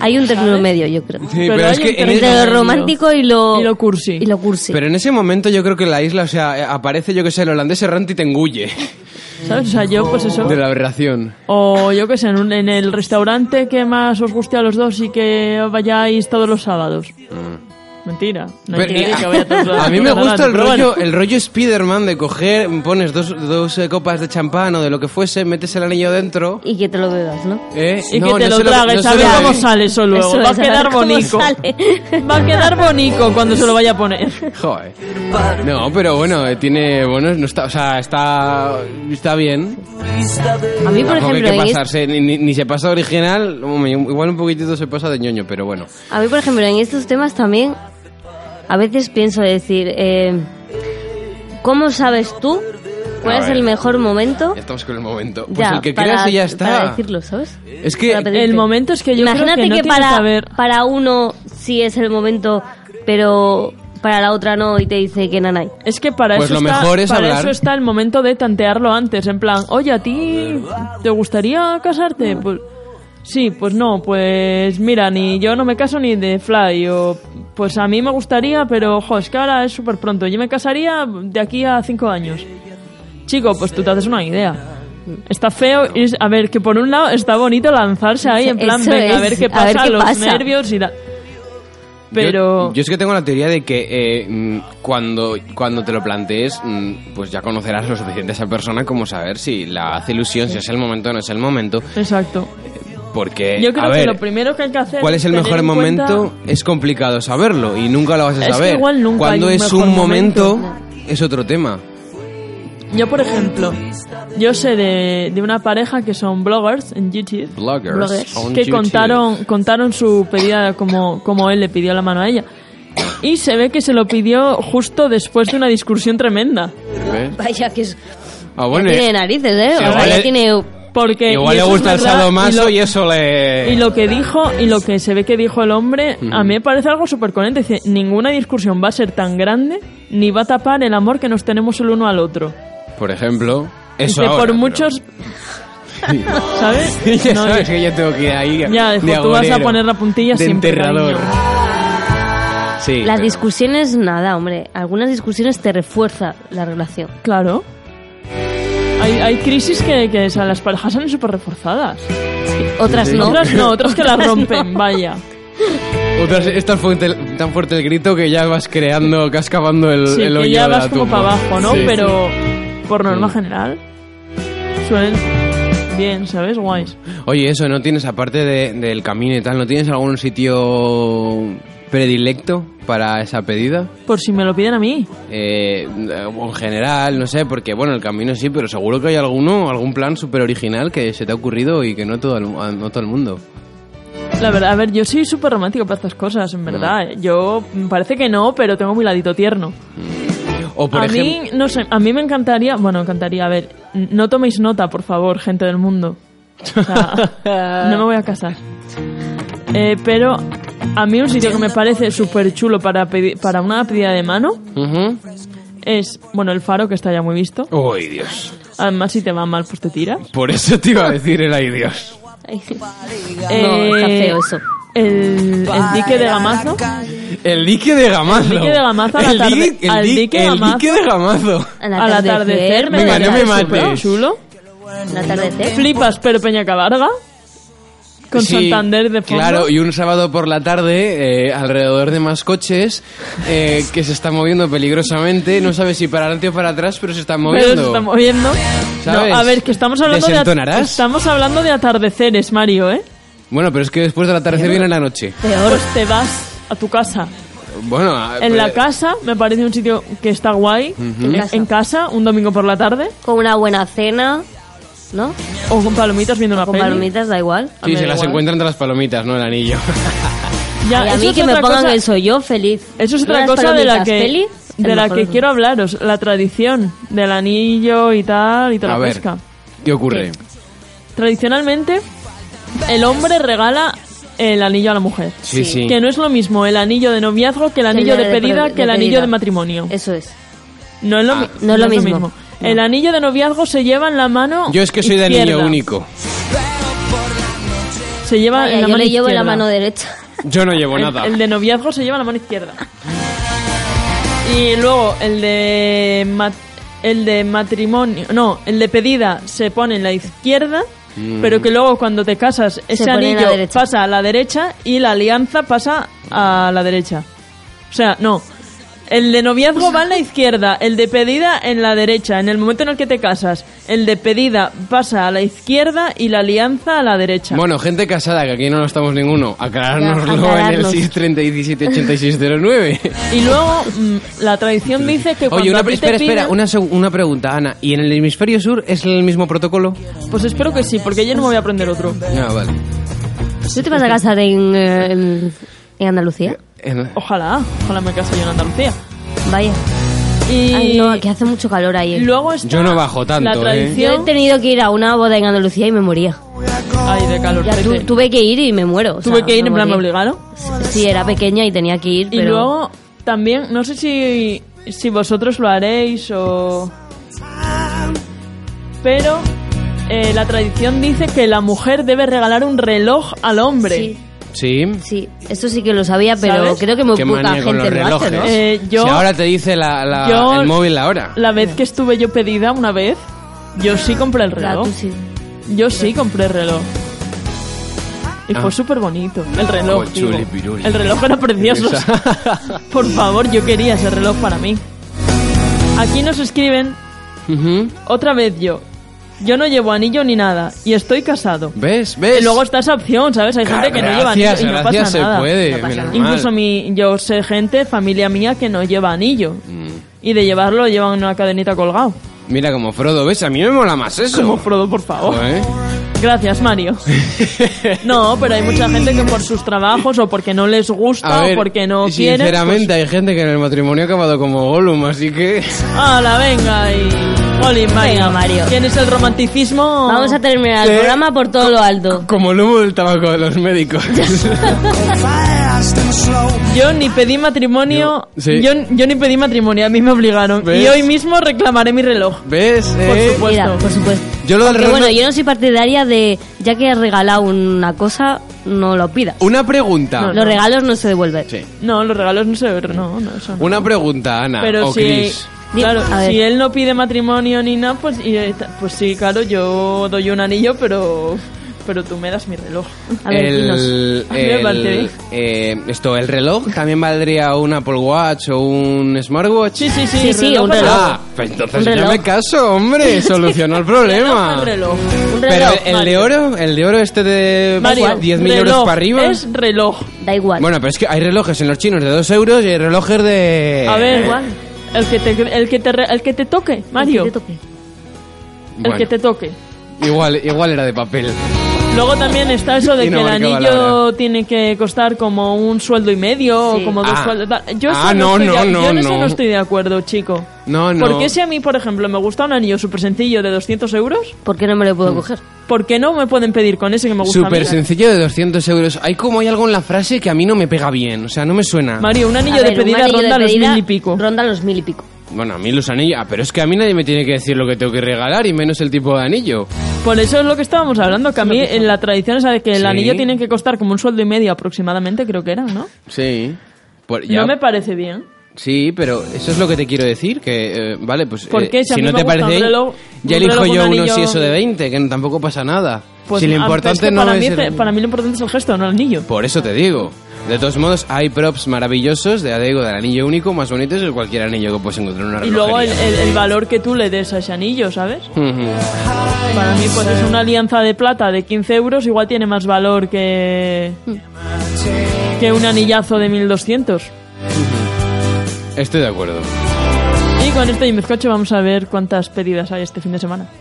Hay un término medio, yo creo. Sí, pero, Pero es hay que un en término- ese- Entre lo romántico y lo... Y lo cursi. Y lo cursi. pero en ese momento yo creo que la isla, o sea, eh, aparece, yo que sé, el holandés errante y te engulle ¿Sabes? O sea, yo pues eso. de la aberración. O yo qué sé, en, un- en el restaurante que más os guste a los dos y que vayáis todos los sábados. Mentira. No hay Mm. Pero, nadie eh, que vaya todos los a mí me sábados, gusta el pero bueno. rollo, el rollo Spiderman de coger, pones dos, dos eh, copas de champán o de lo que fuese, metes el anillo dentro. Y que te lo bebas, ¿no? ¿eh? Y No, que te no se lo tragues, no se a ver lo- cómo sale eso luego. Eso Va a es, ver quedar cómo bonito. sale. Va a quedar bonito cuando se lo vaya a poner. Joder. No, pero bueno, eh, tiene bueno, no está, o sea, está está bien. A mí, por Tampoco ejemplo, hay que en este- pasarse, ni, ni- ni se pasa original, hombre, igual un poquitito se pasa de ñoño, pero bueno. A mí, por ejemplo, en estos temas también a veces pienso decir, eh, ¿cómo sabes tú A cuál es ver. el mejor momento? Ya estamos con el momento. Pues Ya, el que para, creas y ya está. Eh, para decirlo, ¿sabes? Es que Para pedirte. El momento es que yo Imagínate creo que, no tienes para, que haber- para uno sí es el momento, pero para la otra no y te dice que nanay. Es que para, Pues eso, lo está, mejor es para hablar. eso está el momento de tantearlo antes. En plan, oye, ¿a ti te gustaría casarte? Pues sí, pues no, pues mira, ni yo no me caso ni de fly. O pues a mí me gustaría, pero jo, es que ahora es súper pronto. Yo me casaría de aquí a cinco años. Chico, pues tú te haces una idea. Está feo, y es- a ver, que por un lado está bonito lanzarse ahí, en plan, Eso venga, a es, ver qué a pasa, ver qué los pasa. nervios y tal. yo- Pero... yo, es que tengo la teoría de que eh, mm, cuando, cuando te lo plantees, mm, pues ya conocerás lo suficiente a esa persona como saber si la hace ilusión, si es el momento o no es el momento. Exacto. Porque, Yo creo Eh, a que ver, lo primero que hay que hacer ¿Cuál es el tener mejor en cuenta- momento? Es complicado saberlo y nunca lo vas a Es que saber. igual nunca Cuando hay un es mejor un momento, es otro tema. Yo, por ejemplo, yo sé de, de una pareja que son bloggers en YouTube. Bloggers on que YouTube. contaron contaron su pedida como, como él le pidió la mano a ella. Y se ve que se lo pidió justo después de una discusión tremenda. ¿Ves? Vaya que es... Ah, bueno, ya eh, tiene narices, ¿eh? O sea, Igual ya es- tiene... Porque igual y le eso es gusta el verdad, sadomaso y y, lo- eso le... y lo que dijo y lo que se ve que dijo el hombre, a mí me parece algo súper coherente. Dice, ninguna discusión va a ser tan grande ni va a tapar el amor que nos tenemos el uno al otro. Por ejemplo, eso Dice, ahora, por pero- muchos... ¿Sabes? Ya No, sabes que yo tengo que ir ahí Ya, de dijo, tú vas a agorero, poner la puntilla de siempre, enterrador. cariño. Sí, Las pero- discusiones, nada, hombre. Algunas discusiones te refuerza la relación. Claro. Hay, hay crisis que, que o sea, las parejas salen súper reforzadas. Otras no. Otras no, otras que las rompen, vaya. Ostras, es tan fuerte, el, tan fuerte el grito que ya vas creando, que vas cavando el, Sí, el hoyo que ya de la vas como tumba. para abajo, ¿no? Sí. Pero por norma Mm. general suelen bien, ¿sabes? Guays. Oye, eso, ¿no tienes, aparte de- del camino y tal, ¿no tienes algún sitio predilecto para esa pedida? Por si me lo piden a mí. Eh, o en general, no sé, porque bueno, el camino sí, pero seguro que hay alguno, algún plan súper original que se te ha ocurrido y que no todo el, a- no todo el mundo. La verdad, a ver, yo soy súper romántico para estas cosas, en verdad. Yo mm, parece que no, pero tengo mi ladito tierno. O por a ejemplo... mí, no sé, a mí me encantaría, bueno, encantaría, a ver, n- no toméis nota, por favor, gente del mundo. O sea, no me voy a casar. Eh, pero a mí un sitio que me parece súper chulo para, pedi- para una pedida de mano Ujú. es, bueno, el faro, que está ya muy visto. ¡Ay, Dios! Además, si te va mal, pues te tiras. Por eso te iba a decir el ay, Dios. Eh, está feo eso. El, el dique de Gamazo. El dique de Gamazo. El dique de Gamazo a la El tarde- dique- el al di- dique el Gamazo. dique de Gamazo. Al Al atardecer me Venga, no parece me súper mates. chulo. Al atardecer. Flipas, pero Peña Cabarga. Con Sí, Santander de fondo. Claro, y un sábado por la tarde, eh, alrededor de más coches, eh, que se están moviendo peligrosamente. No sabes si para adelante o para atrás, pero se están moviendo. Pero se está moviendo. ¿Sabes? No, a ver, que estamos hablando de at- ¿Desentonarás? estamos hablando de atardeceres, Mario, ¿eh? Bueno, pero es que después de la tarde viene la noche. Pues te vas a tu casa. Bueno, a- En la eh, casa me parece un sitio que está guay. En En- casa. En casa, un domingo por la tarde, Con una buena cena, ¿no? o con palomitas viendo una Con peli. palomitas, da igual. A Sí, mí me se da las igual. encuentran entre las palomitas, ¿no? El anillo. Ya, y a eso mí es que me otra pongan cosa- eso, yo feliz. Eso es otra Unas cosa de la palomitas, que peli, de el la mejor que dulce. quiero hablaros, la tradición del anillo y tal y toda A la ver, pesca. ¿qué ocurre? Tradicionalmente el hombre regala el anillo a la mujer. Sí, sí. Que no es lo mismo el anillo de noviazgo que el anillo de pedida que el anillo de matrimonio. Eso es. No es lo, Ah. mi- No es lo mismo. El anillo de noviazgo se lleva en la mano Yo es que soy de anillo izquierda. único. Se lleva Vaya, en la yo mano le llevo en la izquierda. mano derecha. Yo no llevo El- nada. El, de noviazgo se lleva la mano izquierda. Y luego el de mat- el de matrimonio, no, el de pedida se pone en la izquierda, Mm. pero que luego cuando te casas ese pone en la anillo derecha. pasa a la derecha y la alianza pasa a la derecha. O sea, no. El de noviazgo va en la izquierda, el de pedida en la derecha. En el momento en el que te casas, el de pedida pasa a la izquierda y la alianza a la derecha. Bueno, gente casada, que aquí no lo estamos ninguno, aclarárnoslo Ya, en el aclararnos. 630178609. Y luego mm, la tradición dice que cuando Oye, una, a ti pre- te espera, espera, pidan- una, seg- una pregunta, Ana. ¿Y en el hemisferio sur es el mismo protocolo? Pues espero que sí, porque yo no me voy a aprender otro. Ah, vale. ¿Tú te vas a casar en, eh, en, en Andalucía? En- Ojalá, ojalá me case yo en Andalucía. Vaya. Y Ay, no, que hace mucho calor ahí. luego está Yo no bajo tanto, la ¿eh? Yo he tradición... tenido que ir a una boda en Andalucía y me moría. Ay, de calor. Ya, tu- vete. tuve que ir y me muero. o sea, Tuve que ir, me en plan me moría. obligaron. Sí, era pequeña y tenía que ir, Y pero... luego también, no sé si, si vosotros lo haréis o... Pero eh, la tradición dice que la mujer debe regalar un reloj al hombre. Sí, Sí. sí. Esto sí que lo sabía, pero ¿Sabes? creo que muy Qué poca manía con los gente lo hace, relojes. ¿no? Eh, yo- si ahora te dice la, la- yo- el móvil la hora. La vez que estuve yo pedida una vez, yo sí compré el Ah, reloj. tú sí. Yo sí compré el reloj. Y Ah. fue súper bonito. El reloj. Oh, chuli, digo. piruli. El reloj era precioso. Por favor, yo quería ese reloj para mí. Aquí nos escriben Ujú. otra vez yo. Yo no llevo anillo ni nada y estoy casado. ¿Ves? Y ¿Ves? luego está esa opción, ¿sabes? Hay gente que no lleva anillo Gracias, y no gracias, pasa se nada. puede, No pasa menos nada. mal. Incluso mi, yo sé gente, familia mía, que no lleva anillo. Mm. Y de llevarlo llevan una cadenita colgado. Mira como Frodo, ¿ves? A mí me mola más eso. Como Frodo, por favor. Joder. Gracias, Mario. No, pero hay mucha gente que por sus trabajos o porque no les gusta A ver, o porque no quieren. pues, sinceramente hay gente que en el matrimonio ha acabado como Gollum, así que... pues, ¡Hala, venga! Y... Jolín, Mario. Venga, Mario. ¿Tienes el romanticismo? Vamos a terminar el Sí. programa por todo lo alto. Como el humo del tabaco de los médicos. Yo ni pedí matrimonio. Yo- sí. yo, yo ni pedí matrimonio, a mí me obligaron. ¿Ves? Y hoy mismo reclamaré mi reloj. ¿Ves? Por eh? supuesto. Mira, por supuesto. Yo lo del Aunque, reloj- bueno, yo no soy partidaria de... Ya que has regalado una cosa, no lo pidas. Una pregunta. No, Los regalos no se devuelven. Sí. No, los regalos no se. No, no, eso no. Una pregunta, Ana Pero o si. oh, Cris. Claro, A ver. si él no pide matrimonio ni nada, pues, y- pues sí, claro, yo doy un anillo, pero. pero tú me das mi reloj. A ver, dinos. el, A mí me el- parece bien. eh, esto, el reloj también valdría un Apple Watch o un smartwatch. Sí, sí, sí. Sí, sí, reloj un al- reloj. Ah, pues Un entonces ya reloj. me caso, hombre, solucionó el problema. Reloj al reloj. Un Pero reloj, el, el de Mario. oro, el de oro este de Mario, 10.000 reloj euros para arriba. Es reloj. Da igual. Bueno, pero es que hay relojes en los chinos de 2 euros y hay relojes de... Eh. eh, A ver, igual. el que te, el que te, re- el que te toque, Mario. El que te toque. Bueno, El que te toque. igual, igual era de papel. Luego también está eso de Y no que el marcaba la anillo tiene que costar como un sueldo y medio Sí. o como dos Ah. sueldos. tal. Yo, eso Ah, no, estoy de- no, yo en no, eso no. no estoy de acuerdo, chico. No, no. Porque si a mí, por ejemplo, me gusta un anillo súper sencillo de 200 euros, ¿Por qué no me lo Mm. puedo coger? ¿por qué no me pueden pedir con ese que me gusta a mí? eh. Súper sencillo de 200 euros. Hay como hay algo en la frase que a mí no me pega bien, o sea, no me suena. Mario, un anillo A ver, de un pedida anillo de ronda los pedida mil y pico. Ronda los mil y pico. Bueno, a mí los anillos... Ah, pero es que a mí nadie me tiene que decir lo que tengo que regalar y menos el tipo de anillo. Por eso es lo que estábamos hablando, que a mí en la tradición esa de que el Sí. anillo tiene que costar como un sueldo y medio aproximadamente, creo que era, ¿no? Sí. Por- Pues ya- No me parece bien. Sí, pero eso es lo que te quiero decir, que eh, vale, pues ¿Por eh, qué? Si a si mí no me te gusta un parece, reloj- ya un elijo reloj, un yo uno anillo- si eso de 20, que no- tampoco pasa nada. Pues si lo antes importante que este no para es mí, el- te- para mí lo importante es el gesto, no el anillo. Por eso te digo. De todos modos, hay props maravillosos de Adego del anillo único más bonitos que cualquier anillo que puedes encontrar en una Y luego el, relojería. el- el valor que tú le des a ese anillo, ¿sabes? Ujú. Para mí, pues es una alianza de plata de 15 euros, igual tiene más valor que. que un anillazo de 1200. Estoy de acuerdo. Y con esto y mezcocho vamos a ver cuántas pedidas hay este fin de semana.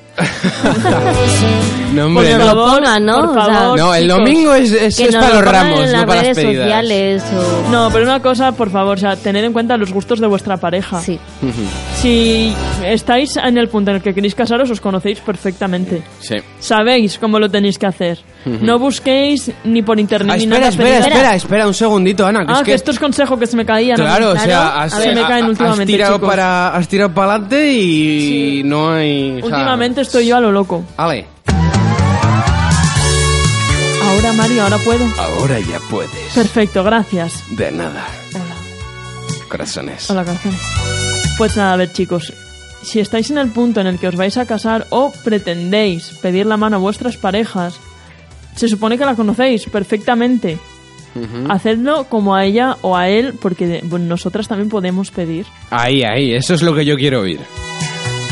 No, hombre, Pues por no. favor, propongan, ¿no? por O sea, favor, No, el chicos. domingo es, es, que es nos para los lo pongan ramos, en no las para las redes pedidas. sociales o... No, pero una cosa, por favor, o sea, tened en cuenta los gustos de vuestra pareja. Sí. Si estáis en el punto en el que queréis casaros, os conocéis perfectamente. Sí. Sabéis cómo lo tenéis que hacer. No busquéis ni por internet Ah, ni espera, nada. espera, pedid- espera, espera un segundito, Ana. que Ah, es que, que esto es consejo que se me caía. ¿no? Claro, o sea, has, a ver, me ha- caen has últimamente, tirado chicos. para has tirado para adelante y Sí. no hay o sea, Últimamente estoy yo a lo loco. Ale, Ahora, Mario, ahora puedo. ahora ya puedes. Perfecto, gracias. De nada, Hola. corazones. Hola, canciones. Pues nada, a ver, chicos. Si estáis en el punto en el que os vais a casar o pretendéis pedir la mano a vuestras parejas, se supone que la conocéis perfectamente. Hacedlo como a ella o a él, porque bueno, nosotras también podemos pedir. Ahí, ahí, eso es lo que yo quiero oír.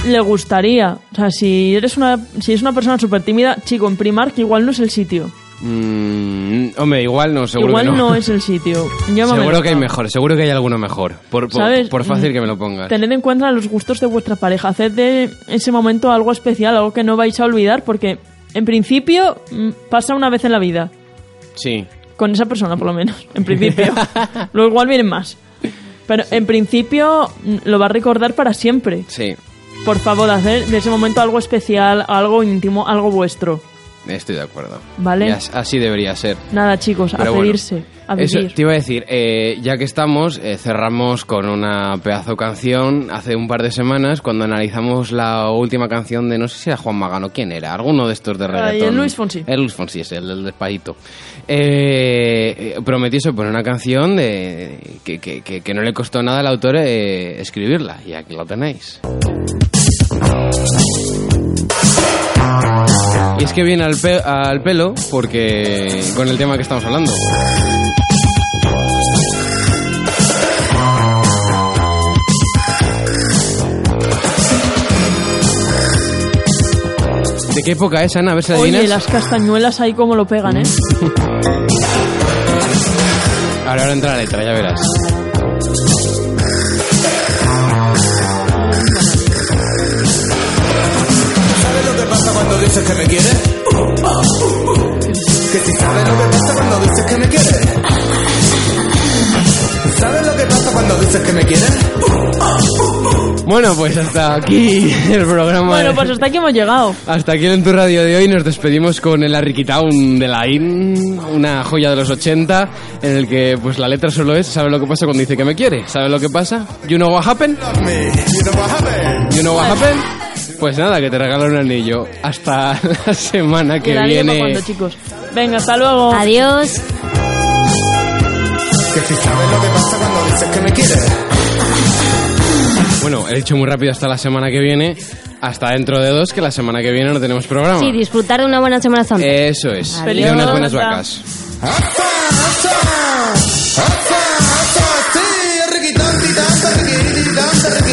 Le gustaría. O sea, si eres una, si es una persona súper tímida, chico, en primar que igual no es el sitio. Mm, hombre, igual no, seguro igual que no. no. es el sitio. Yo me seguro que hay merezco. mejor, seguro que hay alguno mejor. Por, por- ¿Sabes? Mm. por fácil que me lo pongas. Tened en cuenta los gustos de vuestra pareja. Haced de ese momento algo especial, algo que no vais a olvidar, porque en principio mm, pasa una vez en la vida. Sí. Con esa persona, por lo menos. En principio. Luego igual vienen más. Pero en principio mm, lo va a recordar para siempre. Sí, Por favor, hacer de ese momento algo especial, algo íntimo, algo vuestro. estoy de acuerdo. Vale. Y as- así debería ser. Nada, chicos, a Pero bueno, pedirse, a eso vivir. te iba a decir, eh, ya que estamos, eh, cerramos con una pedazo canción hace un par de semanas cuando analizamos la última canción de, no sé si era Juan Magano, ¿quién era? Alguno de estos de reggaetón. el Luis Fonsi. El Luis Fonsi, es el, el despajito. Eh, eh, prometió eso, poner una canción de, que, que- que- que no le costó nada al autor eh, escribirla, y aquí lo tenéis. Y es que viene al, pe- al pelo porque con el tema que estamos hablando. ¿De qué época es, Ana? A ver si la Oye, adivinas. las castañuelas ahí como lo pegan, ¿eh? Ahora, ahora entra la letra, ya verás. ¿Sabes lo que pasa cuando dices que me quieres? Que si sabes lo que pasa cuando dices que me quieres. ¿Sabes lo que pasa cuando dices que me quieres? Bueno, pues hasta aquí el programa. Bueno, de- pues hasta aquí hemos llegado. Hasta aquí el En tu Radio de hoy. Nos despedimos con el Arriquitown de la IN, una joya de los 80, en el que pues la letra solo es: ¿Sabes lo que pasa cuando dice que me quiere? ¿Sabes lo que pasa? ¿You know what happened? ¿You know what happened? Pues nada, que te regalo un anillo. Hasta la semana que El anillo pa' viene. cuando, chicos. Venga, hasta luego. Adiós. Que si sabes lo que pasa cuando dices que me quieres. Bueno, he dicho muy rápido hasta la semana que viene. Hasta dentro de dos, que la semana que viene no tenemos programa. Sí, disfrutar de una buena Semana Santa. Eso es. Adiós. Y de unas buenas Hasta- vacas. ¡Aza, aza! ¡Aza, aza! ¡Sí! ¡Riquitón, titán, riquititán, riquititán!